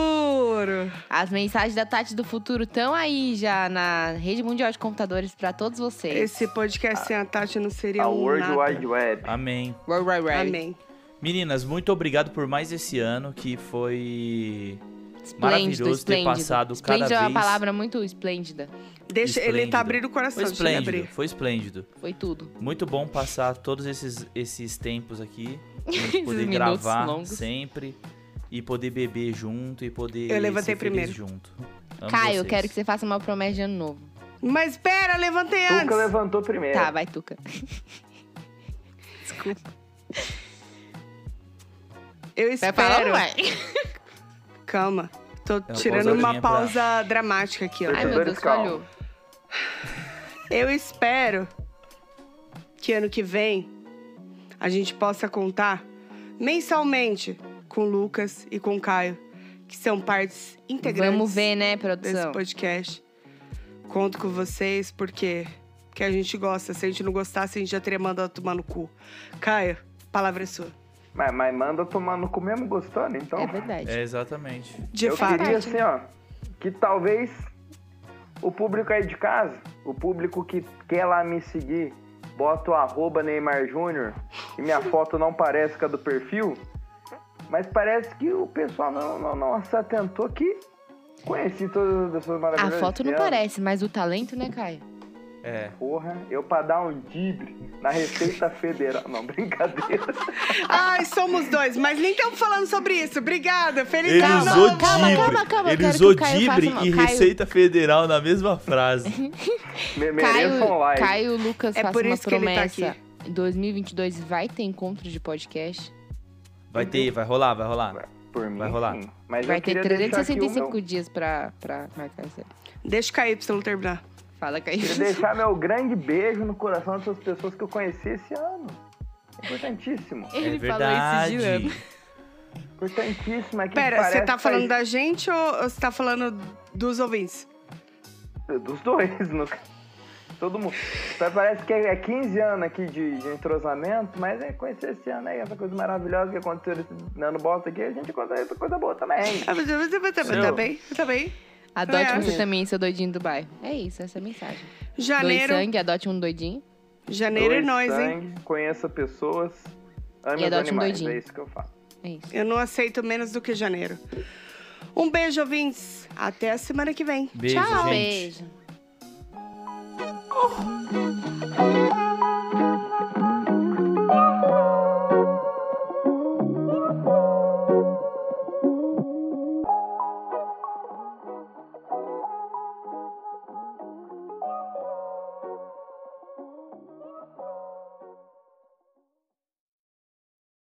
[SPEAKER 3] Futuro.
[SPEAKER 2] As mensagens da Tati do Futuro estão aí já na rede mundial de computadores pra todos vocês.
[SPEAKER 3] Esse podcast sem a Tati não seria
[SPEAKER 1] A
[SPEAKER 3] um
[SPEAKER 1] World
[SPEAKER 3] nada.
[SPEAKER 1] Wide Web.
[SPEAKER 4] Amém.
[SPEAKER 2] Right, right, right.
[SPEAKER 3] Amém.
[SPEAKER 4] Meninas, muito obrigado por mais esse ano que foi
[SPEAKER 2] Esplêndido,
[SPEAKER 4] maravilhoso ter
[SPEAKER 2] esplêndido.
[SPEAKER 4] passado
[SPEAKER 2] Esplêndido
[SPEAKER 4] cada
[SPEAKER 2] é uma
[SPEAKER 4] vez.
[SPEAKER 2] palavra muito esplêndida.
[SPEAKER 3] Deixa, ele
[SPEAKER 4] Esplêndido.
[SPEAKER 3] tá abrindo o coração,
[SPEAKER 4] Foi
[SPEAKER 3] deixa
[SPEAKER 2] né,
[SPEAKER 3] ele
[SPEAKER 4] esplêndido,
[SPEAKER 3] abrir.
[SPEAKER 4] foi esplêndido.
[SPEAKER 2] Foi tudo.
[SPEAKER 4] Muito bom passar todos esses, esses tempos aqui. pra
[SPEAKER 2] Esses
[SPEAKER 4] gente poder
[SPEAKER 2] minutos
[SPEAKER 4] gravar
[SPEAKER 2] longos.
[SPEAKER 4] sempre. E poder beber junto e poder.
[SPEAKER 3] Eu levantei
[SPEAKER 4] ser feliz
[SPEAKER 3] primeiro.
[SPEAKER 4] junto. Amo
[SPEAKER 2] Caio,
[SPEAKER 4] vocês.
[SPEAKER 2] quero que você faça uma promessa de ano novo.
[SPEAKER 3] Mas pera, levantei
[SPEAKER 1] Tuca
[SPEAKER 3] antes.
[SPEAKER 1] levantou
[SPEAKER 4] É.
[SPEAKER 1] primeiro.
[SPEAKER 2] Tá, vai, Tuca. Desculpa.
[SPEAKER 3] Eu
[SPEAKER 2] Vai
[SPEAKER 3] espero.
[SPEAKER 2] falar ou não é? vai?
[SPEAKER 3] Calma. Tô
[SPEAKER 4] uma
[SPEAKER 3] tirando uma
[SPEAKER 4] pausadinha pra-
[SPEAKER 3] pausa dramática aqui, ó.
[SPEAKER 2] Ai, meu Deus,
[SPEAKER 1] Calma.
[SPEAKER 2] falhou.
[SPEAKER 3] Eu espero que ano que vem a gente possa contar mensalmente com o Lucas e com o Caio, que são partes integrantes
[SPEAKER 2] Vamos ver, né,
[SPEAKER 3] desse
[SPEAKER 2] produção?
[SPEAKER 3] podcast. Conto com vocês porque que a gente gosta. Se a gente não gostasse, a gente já teria mandado tomar no cu. Caio, palavra é sua.
[SPEAKER 1] Mas, mas manda tomar no cu mesmo gostando, então.
[SPEAKER 2] É verdade.
[SPEAKER 4] É, exatamente.
[SPEAKER 3] De
[SPEAKER 1] eu
[SPEAKER 3] fato.
[SPEAKER 1] queria assim, ó, que talvez o público aí de casa, o público que quer lá me seguir, bota o arroba Neymar Júnior e minha foto não parece com a do perfil, mas parece que o pessoal não, não, não se atentou que conheci todas as pessoas
[SPEAKER 2] A
[SPEAKER 1] maravilhosas.
[SPEAKER 2] foto não
[SPEAKER 1] desse ano.
[SPEAKER 2] parece, mas o talento, né, Caio?
[SPEAKER 4] É.
[SPEAKER 1] Porra, eu pra dar um dibre na Receita Federal. Não, brincadeira.
[SPEAKER 3] Ai, somos dois, mas nem estamos falando sobre isso. Obrigada, feliz
[SPEAKER 4] Ele
[SPEAKER 3] Natal.
[SPEAKER 2] Calma,
[SPEAKER 4] usou
[SPEAKER 2] calma,
[SPEAKER 4] dibre.
[SPEAKER 2] calma, calma, eu
[SPEAKER 4] Ele
[SPEAKER 2] quero
[SPEAKER 4] usou
[SPEAKER 2] que o Caio
[SPEAKER 4] dibre
[SPEAKER 2] faça uma-
[SPEAKER 4] e
[SPEAKER 2] Caio-
[SPEAKER 4] Receita Federal na mesma frase.
[SPEAKER 1] Me-
[SPEAKER 2] Caio,
[SPEAKER 1] Mereçam um like.
[SPEAKER 2] Caio Lucas
[SPEAKER 3] É
[SPEAKER 2] faça
[SPEAKER 3] por
[SPEAKER 2] uma
[SPEAKER 3] isso que ele tá
[SPEAKER 2] promessa.
[SPEAKER 3] aqui.
[SPEAKER 2] Em 2022 vai ter encontro de podcast.
[SPEAKER 4] Vai ter, vai rolar, vai rolar. É
[SPEAKER 1] Por mim,
[SPEAKER 4] Vai rolar.
[SPEAKER 1] sim. Mas
[SPEAKER 2] vai
[SPEAKER 1] eu
[SPEAKER 2] ter
[SPEAKER 1] queria deixar aqui um o
[SPEAKER 2] 365
[SPEAKER 1] meu-
[SPEAKER 2] dias pra, pra marcar isso aí.
[SPEAKER 3] Deixa o Caio Y terminar.
[SPEAKER 2] Fala, Caio.
[SPEAKER 1] Queria deixar meu grande beijo no coração dessas pessoas que eu conheci esse ano. Importantíssimo.
[SPEAKER 2] Ele falou
[SPEAKER 4] é
[SPEAKER 2] isso
[SPEAKER 4] verdade.
[SPEAKER 2] girando.
[SPEAKER 1] Importantíssimo. É que
[SPEAKER 3] Pera,
[SPEAKER 1] parece
[SPEAKER 3] você tá
[SPEAKER 1] que
[SPEAKER 3] falando da gente ou ou você tá falando dos ouvintes?
[SPEAKER 1] faz- Dos dois, no caso. Todo mundo. Mas Parece que é 15 anos aqui de, de entrosamento, mas é conhecer esse ano aí, essa coisa maravilhosa que aconteceu esse ano bosta aqui, a gente conta essa coisa boa também.
[SPEAKER 3] Ah, mas- mas- mas- mas- mas- Tá
[SPEAKER 4] Seu.
[SPEAKER 3] bem, tá bem.
[SPEAKER 2] Adote
[SPEAKER 3] É.
[SPEAKER 2] você também, seu doidinho do bairro. É isso, essa é a mensagem.
[SPEAKER 3] Janeiro,
[SPEAKER 2] Doe sangue, adote um doidinho.
[SPEAKER 3] janeiro é
[SPEAKER 1] Doe
[SPEAKER 3] nós, hein?
[SPEAKER 1] sangue, Conheça pessoas, ame
[SPEAKER 2] E
[SPEAKER 1] os
[SPEAKER 2] adote um
[SPEAKER 1] animais.
[SPEAKER 2] doidinho.
[SPEAKER 1] é isso que eu falo.
[SPEAKER 2] É isso.
[SPEAKER 3] Eu não aceito menos do que janeiro. Um Um beijo, ouvintes. Até a semana que vem.
[SPEAKER 4] Beijo,
[SPEAKER 2] Tchau,
[SPEAKER 4] gente.
[SPEAKER 2] beijo.
[SPEAKER 4] Oh.